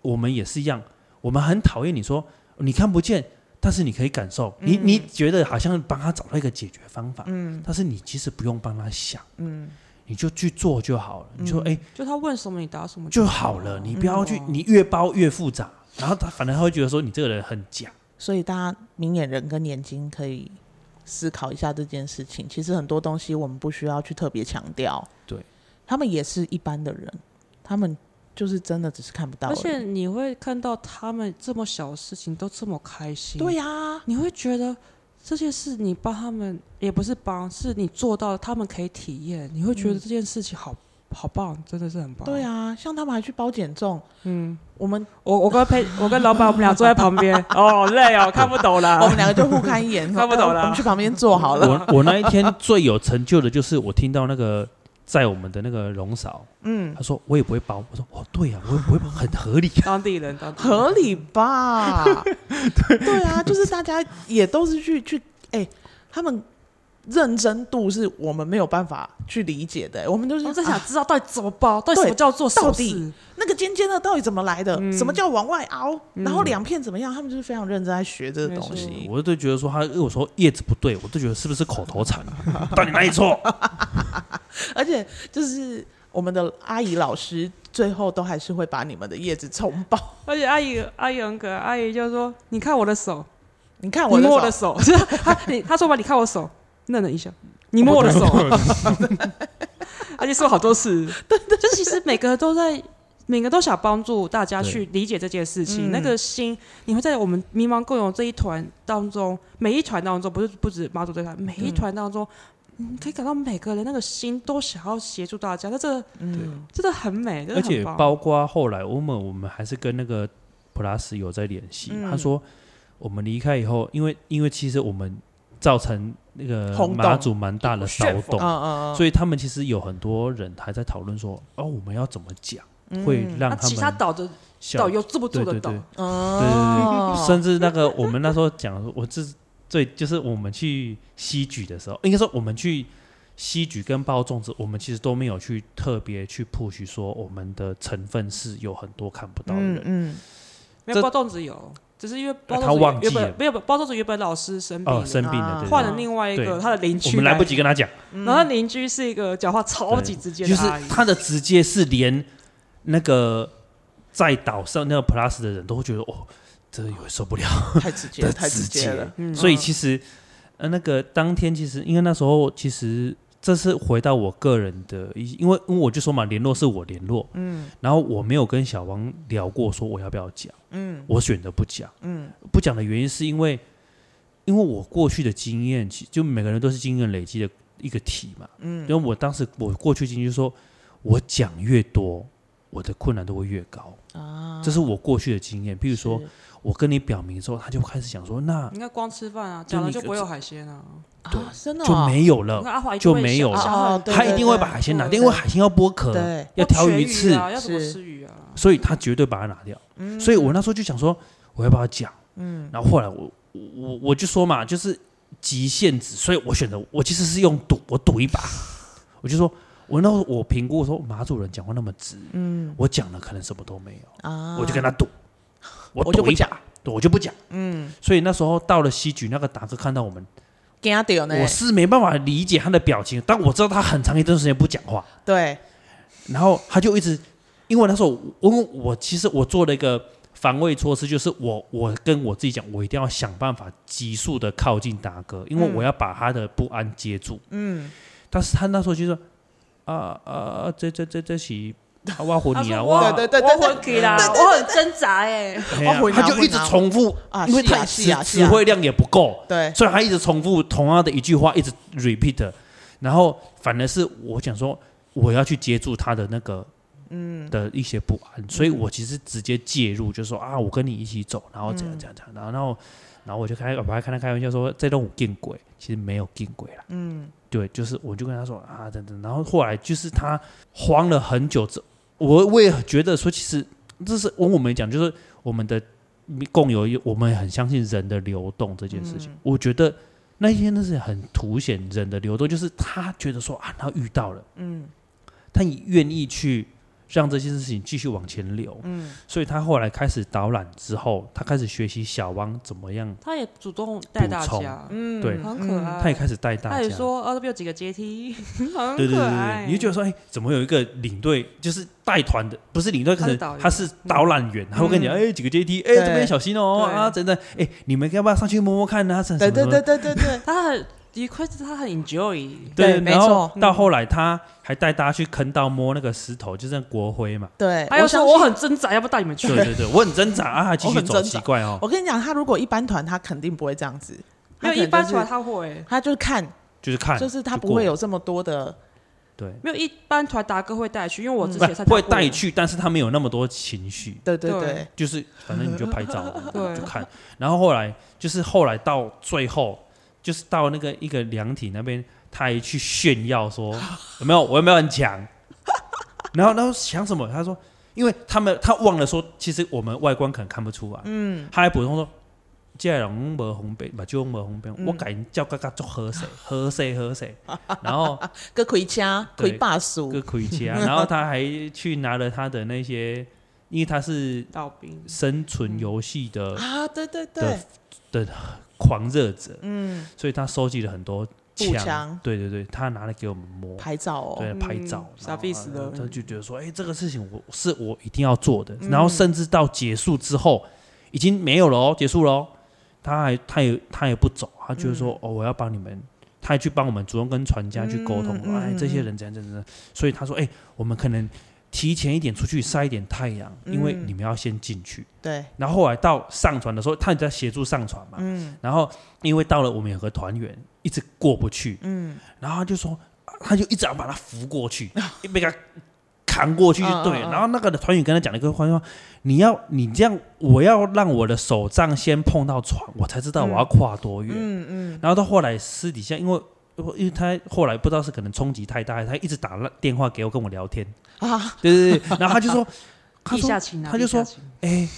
D: 我们也是一样，我们很讨厌你说你看不见。但是你可以感受，你你觉得好像帮他找到一个解决方法，嗯，但是你其实不用帮他想，嗯，你就去做就好了。你说，哎、
C: 就他问什么你答什么
D: 就
C: 好
D: 好了，你不要去，
C: 嗯
D: 你越包越复杂，然后他反正他会觉得说你这个人很假，
A: 所以大家明眼人跟眼睛可以思考一下这件事情。其实很多东西我们不需要去特别强调，
D: 对
A: 他们也是一般的人，他们就是真的只是看不到
C: 而
A: 已。
C: 且你会看到他们这么小的事情都这么开心，
A: 对、呀、
C: 你会觉得这件事你帮他们也不是帮，是你做到他们可以体验，你会觉得这件事情好、好棒，真的是很棒。
A: 对、啊，像他们还去包减重，
C: 嗯，
A: 我们
C: 我我跟陪我跟老板我们俩坐在旁边，哦，好累哦，看不懂啦
A: 我。们两个就互看一 眼，哎
C: 看不懂
A: 我
C: 啦
A: 们去旁边坐好 了。
D: 我我那一天最有成就的就是我听到那个在我们的那个龙嫂，
A: 嗯，
D: 她说我也不会包，我说哦对呀、我也不会包，很合 理
C: 当地人，当地人
A: 合理吧？对啊，就是大家也都是去去，哎、他们认真度是我们没有办法去理解的、我们就是、
C: 我在想
A: 啊
C: 知道到底怎么包，到底什么
A: 对
C: 叫做手
A: 到底
C: 势
A: 那个尖尖的到底怎么来的，
C: 嗯
A: 什么叫往外凹，然后两片怎么样，他们就是非常认真在学这个东
D: 嗯
A: 西。
D: 我就觉得说她跟我说叶子不对，我就觉得是不是口 头禅，到底哪里错？
A: 而且就是我们的阿姨老师最后都还是会把你们的叶子冲爆。
C: 而且阿姨阿姨很可爱，阿姨就说：“你看我的手，
A: 你看
C: 你
A: 我的
C: 摸我
A: 手
C: 的， 手。”就是她你她说吧，你看我手，愣了一下，你摸我的手， 而且说好多 次。对对，就其实每个都在，每个都想帮助大家
D: 对
C: 去理解这件事情。
A: 嗯
C: 那个心，你会在我们迷茫共有这一团当中，每一团当中，不是不止马祖这团，每一团当中。你可以感到每个人那个心都想要协助大家，那这个
A: 嗯，
C: 真的很美，真
D: 而
C: 的很
D: 且
C: 棒。
D: 包括后来我们我们还是跟那个 Plus 有在联系，
A: 嗯
D: 他说我们离开以后，因为因为其实我们造成那个
A: 轰动
D: 马祖蛮大的骚
A: 嗯
D: 动，
A: 嗯嗯，
D: 所以他们其实有很多人还在讨论说，哦，我们要怎么讲会让
C: 那其他
D: 们
C: 岛的
D: 笑
C: 导游做不做
D: 对
C: 得
D: 对
C: 到
D: 对？
A: 哦，
D: 甚至那个我们那时候讲，我这最就是我们去西举的时候，应该说我们去西举跟包粽子，我们其实都没有去特别去 push 说我们的成分是有很多看不到的人
A: 嗯。嗯，
C: 没
D: 这
C: 有包粽子有，只是因为包
D: 呃
C: 粽
D: 他
C: 子
D: 忘记
C: 原
D: 了
C: 本没有包粽子原本老师生病
D: 哦，
C: 了，
D: 生病了，
A: 啊
D: 对对
C: 嗯换
D: 对，
C: 了另外一个
D: 对
C: 他的邻
D: 我
C: 居，嗯
D: 们来不及，跟他讲，
C: 然后他邻居是一个讲话超级直接
D: 就
C: 的
D: 是
C: 阿姨，
D: 他的直接是连那个在岛上那个 Plus 的人都会觉得，哦，这有受不了。
A: 太直接，
D: 的
A: 太直接了。
C: 嗯
D: 所以其实呃，那个当天其实因为那时候其实这是回到我个人的一，因为因为我就说嘛，联络是我联络，嗯，然后我没有跟小王聊过说我要不要讲，嗯，我选择不讲，嗯，不讲的原因是因为。因为我过去的经验，其就每个人都是经验累积的一个题嘛，嗯，因为我当时我过去经济就说，我讲越多，我的困难度会越高啊，这是我过去的经验。比如说
A: 是
D: 我跟你表明之后，他就开始想说，那
C: 应该光吃饭啊，
D: 就
C: 讲了
D: 你
C: 就不会有海鲜啊。
A: 啊，真的
D: 就
A: 哦
D: 没有了
C: 那，阿华一定
D: 就
C: 会
D: 没有
C: 想啊
D: 了
C: 想很
A: 哦
C: 多
A: 对
D: 他一定会
A: 对
D: 把海鲜拿
C: 对
D: 掉，因为海鲜要剥壳，
A: 对，
D: 要挑鱼刺，
C: 啊，要怎么
A: 是
C: 吃鱼啊？
D: 所以他绝对把它拿掉。所以我那时候就想说，我要不要讲？嗯，然后后来我我我我就说嘛，就是极限值，所以我选择我其实是用赌，我赌一把。我就说，我那时候我评估说马主任讲话那么直，嗯，我讲了可能什么都没有啊，我就跟他赌，我
A: 我就
D: 赌
A: 不
D: 一
A: 讲
D: 把，对我就不讲，嗯。所以那时候到了西局，那个达哥看到我们，
A: 惊掉呢，
D: 我是没办法理解他的表情，但我知道他很长一段时间不讲话，
A: 对，
D: 然后他就一直，因为那时候我因为我其实我做了一个防卫措施，就是我我跟我自己讲，我一定要想办法急速的靠近达哥，因为我要把他的不安接住。嗯，但是他那时候就说啊啊啊，这这这这是啊挖火
C: 他
D: 你啊
C: 说
D: 挖。
C: 哇，
A: 对对对对
C: 我很给啦，
A: 对对对
C: 我很挣扎哎。
D: 嘿啊
A: 我回答
D: 他就一直重复
A: 啊
D: 因为
A: 是啊
D: 他
A: 是
D: 词
A: 啊是
D: 词
A: 啊
D: 汇量也不够，
A: 对，
D: 所以他一直重复同样的一句话，一直 repeat，然后反而是我想说我要去接住他的那个嗯的一些不安，所以我其实直接介入，就说啊，我跟你一起走，然后怎样怎样怎样，然后然后然后我就开我还跟他开玩笑说这栋见鬼，其实没有见鬼啦，嗯，对，就是我就跟他说啊等等，然后后来就是他慌了很久之后，我我也觉得说其实这是我我们讲就是我们的共有一，我们很相信人的流动这件事
C: 嗯
D: 情。我觉得那一天那是很凸显人的流动，就是他觉得说啊，他遇到了，嗯，他也愿意去让这件事情继续往前流，嗯，所以他后来开始导览之后，他开始学习小汪怎么样，
C: 他也主动带大
D: 补
C: 家，
A: 嗯，
D: 对
C: 很可爱。
D: 他也开始带大
C: 呃他
D: 家
C: 也。说，呃、啊，这边有几个阶梯， 很
D: 对对对
C: 可
D: 对
C: 爱。
D: 对，你就觉得说，哎、怎么有一个领队，就是带团的，不是领队，可
C: 他是
D: 能
C: 导游嗯
D: 他是导览员，他会跟你讲，哎、几个阶梯，哎、
A: 对
D: 这边小心哦、
C: 对
D: 啊，等等，哎、你们要不要上去摸摸看啊？什么什
A: 对
D: 么什
A: 对对
D: 么
A: 对对对，
C: 他很，的确是他很 enjoy。
A: 对没
D: 然后
A: 错嗯
D: 到后来他还带大家去坑道摸那个石头，就是那国徽嘛。
A: 对，
C: 还有
A: 相
C: 说哎我
A: 信
C: 很挣扎，要不要带你们去？
D: 对对对，我很挣扎啊，继
A: 我
D: 续
A: 很
D: 走，
A: 挣扎
D: 奇怪哦。
A: 我跟你讲，他如果一般团，他肯定不会这样子。
C: 没有
A: 他可能
C: 一般
A: 就是
C: 团他会，
A: 他就是看，
D: 就是看，
A: 就是他
D: 就
A: 不
D: 过
A: 会有这么多的，
D: 对，
C: 没有一般团达哥会带去，因为我之
D: 不
C: 前参加
D: 会
C: 过
D: 带。去，但是他没有那么多情绪，
A: 对对
C: 对
A: 对，
D: 就是反正你就拍照
C: 对
D: 就看。然后后来就是后来到最后，就是到那个一个凉亭那边，他还去炫耀说有没有我有没有很强，然后然后想什么？他说，因为他们他忘了说，其实我们外观可能看不出来，嗯，他还补充说。这个人无红白，目睭无红白，我改叫嘎嘎做好 势，好势好势。然后
A: 个盔家
D: 对
A: 盔霸叔
D: 个，盔甲，然后他还去拿了他的那些，因为他是
C: 道兵，
D: 生存游戏的
A: 啊，对对对
D: 的，狂热者，嗯，所以他收集了很多
A: 步枪
D: 对对对，他拿来给我们摸，
A: 拍照哦，
D: 对，拍照，
C: 嗯傻
D: 然后
C: 逼死了
D: 他就觉得说，哎，这个事情我是我一定要做
A: 嗯
D: 的，然后甚至到结束之后，已经没有了哦，结束了哦，他还他也他也不走，他就是说，哦，我要帮你们。他还去帮我们主动跟船家去沟通，
A: 嗯嗯嗯
D: 哎，这些人怎样怎样怎样，所以他说，哎，我们可能提前一点出去晒一点太阳，因为
A: 嗯
D: 你们要先进去，
A: 对，
D: 然后后来到上船的时候，他也在协助上船嘛。
A: 嗯
D: 然后因为到了我们有个团员一直过不去，
A: 嗯，
D: 然后他就说，啊他就一直要把他扶过 去，被他扛过去就对
A: 嗯
D: 了。
A: 嗯嗯
D: 然后那个团员跟他讲了一个话，说你要你这样，我要让我的手杖先碰到床，我才知道我要跨多远。
A: 嗯嗯，
D: 然后到后来私底下，因为因为他后来不知道是可能冲击太大，他一直打电话给我跟我聊天啊，对对对，然后他就说，他
C: 地
D: 说
C: 下情啊，
D: 他就说
C: 地下情
D: 哎、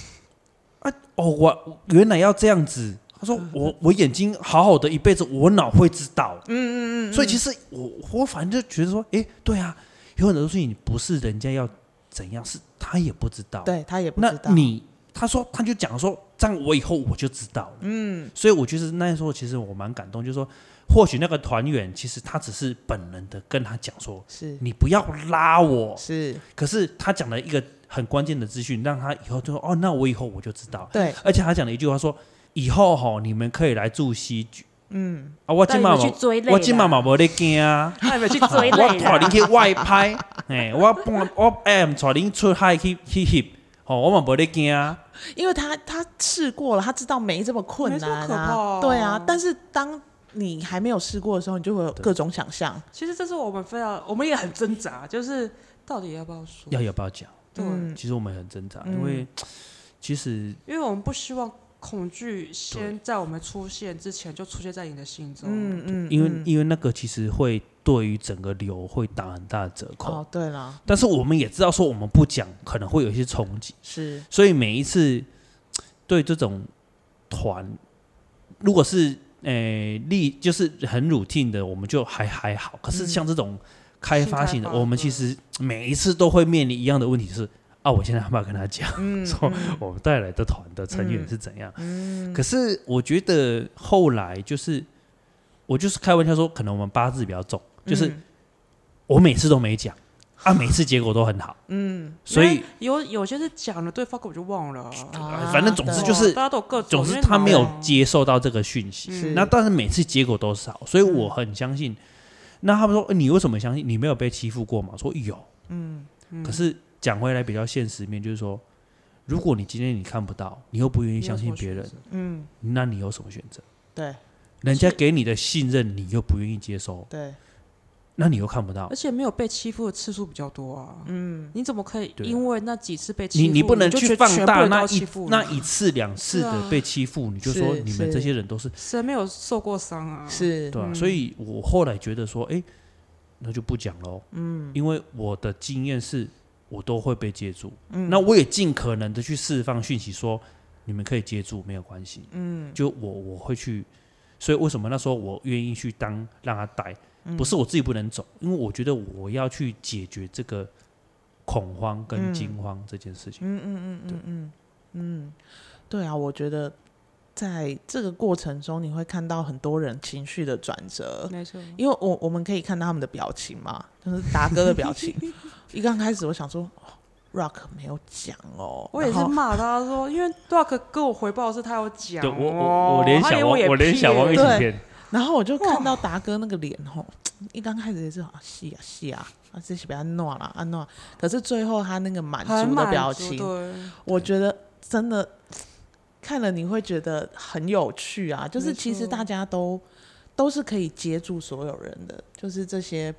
D: 啊，哦，我原来要这样子。他说我我眼睛好好的一辈子，我脑会知道。嗯嗯嗯。所以其实我我反正就觉得说，哎、对啊，有很多事情不是人家要怎样，是他也不知道。。
A: 对他也不
D: 那
A: 知道，
D: 你他说他就讲说，这样我以后我就知道了。嗯。所以我就是那时候其实我蛮感动，就是说，或许那个团员其实他只是本能的跟他讲说，
A: 是
D: 你不要拉我，
A: 是，
D: 可是他讲了一个很关键的资讯，让他以后就说哦，那我以后我就知道。
A: 对
D: 而且他讲了一句话说，以后吼你们可以来住西局。嗯，啊，我今
C: 带
D: 妈
C: 你
D: 妈
C: 们去追累啦
D: 我今妈妈无咧惊啊，
C: 带你们去
D: 我
C: 追
D: 带
C: 累啦
D: 恁去外拍，哎，我帮我哎，带恁出海去去翕，吼，我嘛无咧惊啊。
A: 嗯因为他他试过了，他知道没这么困
C: 没这么
A: 难
C: 可怕
A: 啊，
C: 啊
A: 对啊，但是当你还没有试过的时候，你就会有各种想象。
C: 其实这是我们非常，我们也很挣扎，就是到底要不要说？
D: 要要不要讲？
C: 对，
A: 嗯
D: 其实我们很挣扎，
A: 嗯
D: 因为其实
C: 因为我们不希望恐惧先在我们出现之前就出现在你的心中。嗯，
A: 嗯嗯，
D: 因为、
A: 嗯
D: 因为那个其实会对于整个流会打很大的折扣，
A: 哦，对了，
D: 但是我们也知道说我们不讲可能会有一些冲击，
A: 是
D: 所以每一次对这种团，如果是诶例、就是很 routine 的，我们就还还好。
A: 嗯
D: 可是像这种开发
C: 新
D: 型的，
C: 开发
D: 我们
C: 嗯
D: 其实每一次都会面临一样的问题是，啊，我现在还没有跟他讲，
A: 嗯
D: 说我们带来的团的成员是怎样。
A: 嗯
D: 可是我觉得后来就是，我就是开玩笑说，可能我们八字比较重，就是
A: 嗯
D: 我每次都没讲，啊，每次结果都很好，
A: 嗯
D: 所以。
C: 有有些是讲了，对方根本就忘了啊。
A: 啊
D: 反正总之
A: 对
D: 就是
C: 大家都有各种，
D: 总
C: 因
D: 之
C: 为
D: 他没有
C: 脑啊
D: 接受到这个讯息。
C: 嗯
A: 是
D: 那但是每次结果都是好，所以我很相信。那他们说、欸你为什么相信？你没有被欺负过吗？说有，
A: 嗯
D: 可是讲回来比较现实面，就是说，如果你今天你看不到，你又不愿意相信别人，，
A: 嗯，
D: 那你有什么选择？
A: 对
D: 人家给你的信任，你又不愿意接收，
A: 对，
D: 那你又看不到
C: 而。且没有被欺负的次数比较多啊。嗯，你怎么可以
D: 对啊
C: 因为那几次被欺负，
D: 你你不能
C: 就
D: 去
C: 觉得
D: 放
C: 全部
D: 大
C: 人都
D: 那
C: 要欺
D: 一
C: 负你
D: 那一次两次
C: 是啊
D: 的被欺负，你就是说你们
A: 是
D: 这些人都是
C: 谁没有受过伤啊？
A: 是
D: 对、啊，所以我后来觉得说，哎、那就不讲喽。嗯，因为我的经验是，我都会被接住。嗯，那我也尽可能的去释放讯息说，你们可以接住，没有关系。嗯，就我我会去，所以为什么那时候我愿意去当让他带，不是我自己不能走，因为我觉得我要去解决这个恐慌跟惊慌这件事情。
A: 嗯对啊，我觉得在这个过程中，你会看到很多人情绪的转折，
C: 没错，
A: 因为我我们可以看到他们的表情嘛，就是达哥的表情。 一刚开始我想说、哦、，Rock 没有讲哦，
C: 我也
A: 然
C: 是
A: 后
C: 骂他说，因为 Rock 跟我回报的是他有讲
D: 对
C: 哦，
D: 我我我连
C: 他
D: 小
C: 连
D: 王
C: 也
D: 我连
C: 屁
D: 小王
C: 耶
D: 一
A: 对
D: 起骗，
A: 然后我就看到达哥那个脸吼，一刚开始也是啊是啊是啊，啊这是被他弄啦啊弄，可是最后他那个满
C: 很
A: 足的
C: 满
A: 表
C: 足
A: 情，
C: 对
A: 我觉得真的看了你会觉得很有趣啊，就是
C: 没
A: 其
C: 错
A: 实大家都都是可以接住所有人的，就是这些。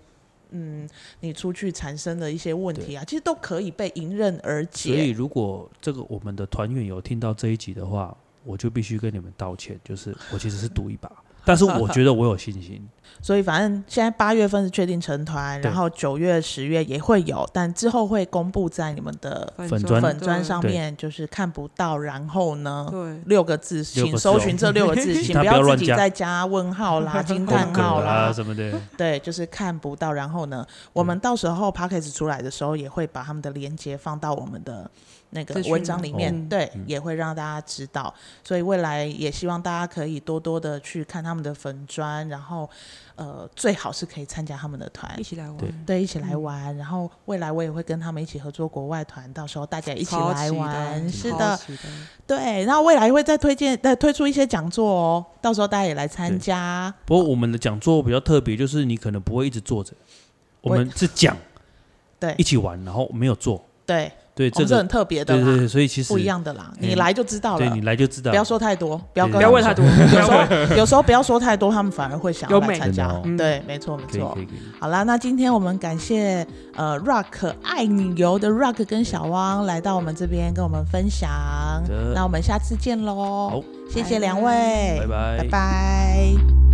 A: 嗯，你出去产生的一些问题啊，其实都可以被迎刃而解。
D: 所以，如果这个我们的团员有听到这一集的话，我就必须跟你们道歉，就是我其实是赌一把， 但是我觉得我有信 心。
A: 所以反正现在八月份是确定成团，
D: 对
A: 然后九月、十月也会有，但之后会公布在你们的
D: 粉
C: 砖
D: 砖
A: 粉砖上
D: 对
A: 面，就是看不到。然后呢，
C: 对，
A: 六个字，
D: 六个
A: 请
D: 字
A: 搜
D: 哦
A: 寻这六个字，
D: 其
A: 请
D: 他
A: 不
D: 不要
A: 自
D: 乱
A: 己
D: 加
A: 再加问号 啦、惊叹
D: 格
A: 号
D: 啊
A: 啦。
D: 什么嗯的，
A: 对，就是看不到。然后呢，我们到时候 p a c k a g e 出来的时候，也会把他们的链接放到我们的那个
C: 资讯
A: 文章里面，
C: 哦
D: 嗯
A: 对，也会让大家知道。所以未来也希望大家可以多多的去看他们的粉砖，然后呃，最好是可以参加他们的团
C: 一。起来玩，
D: 对
A: 对，一起来玩。然后未来我也会跟他们一起合作国外团，到时候大家一起
C: 超
A: 来
C: 期待
A: 玩。是
C: 超
A: 的，
C: 期待
A: 对。然后未来会再推荐、再推出一些讲座哦，到时候大家也来参
D: 对
A: 加。
D: 不过我们的讲座比较特别，就是你可能不会一直坐着，我们是讲
A: 对
D: 一起玩，然后没有坐。
A: 对，
D: 对
A: 我
D: 这
A: 们是
D: 个
A: 很，特别的啦。
D: 对对对，所以其实
A: 不一，样的啦，
D: 嗯
A: 你来就知道
D: 对
A: 了。
D: 你来就知道
A: 不。要说太多，不要
D: 对
A: 跟
C: 不要问太多，不
A: 有
C: 要
A: 时
C: 问，
A: 候有时候不要说太多，他们反而会想要
C: 有
A: 来
C: 美
A: 参加
D: 真的哦。
C: 嗯
A: 对，没错没
D: 可以
A: 错
D: 可以。可以，
A: 好啦，那今天我们感谢呃 Rock 爱你游的 Rock 跟小汪来到我们这边跟我们分享
D: 好的。
A: 那我们下次见喽
D: 好，
A: 哎谢谢两位，
D: 拜拜
A: 拜拜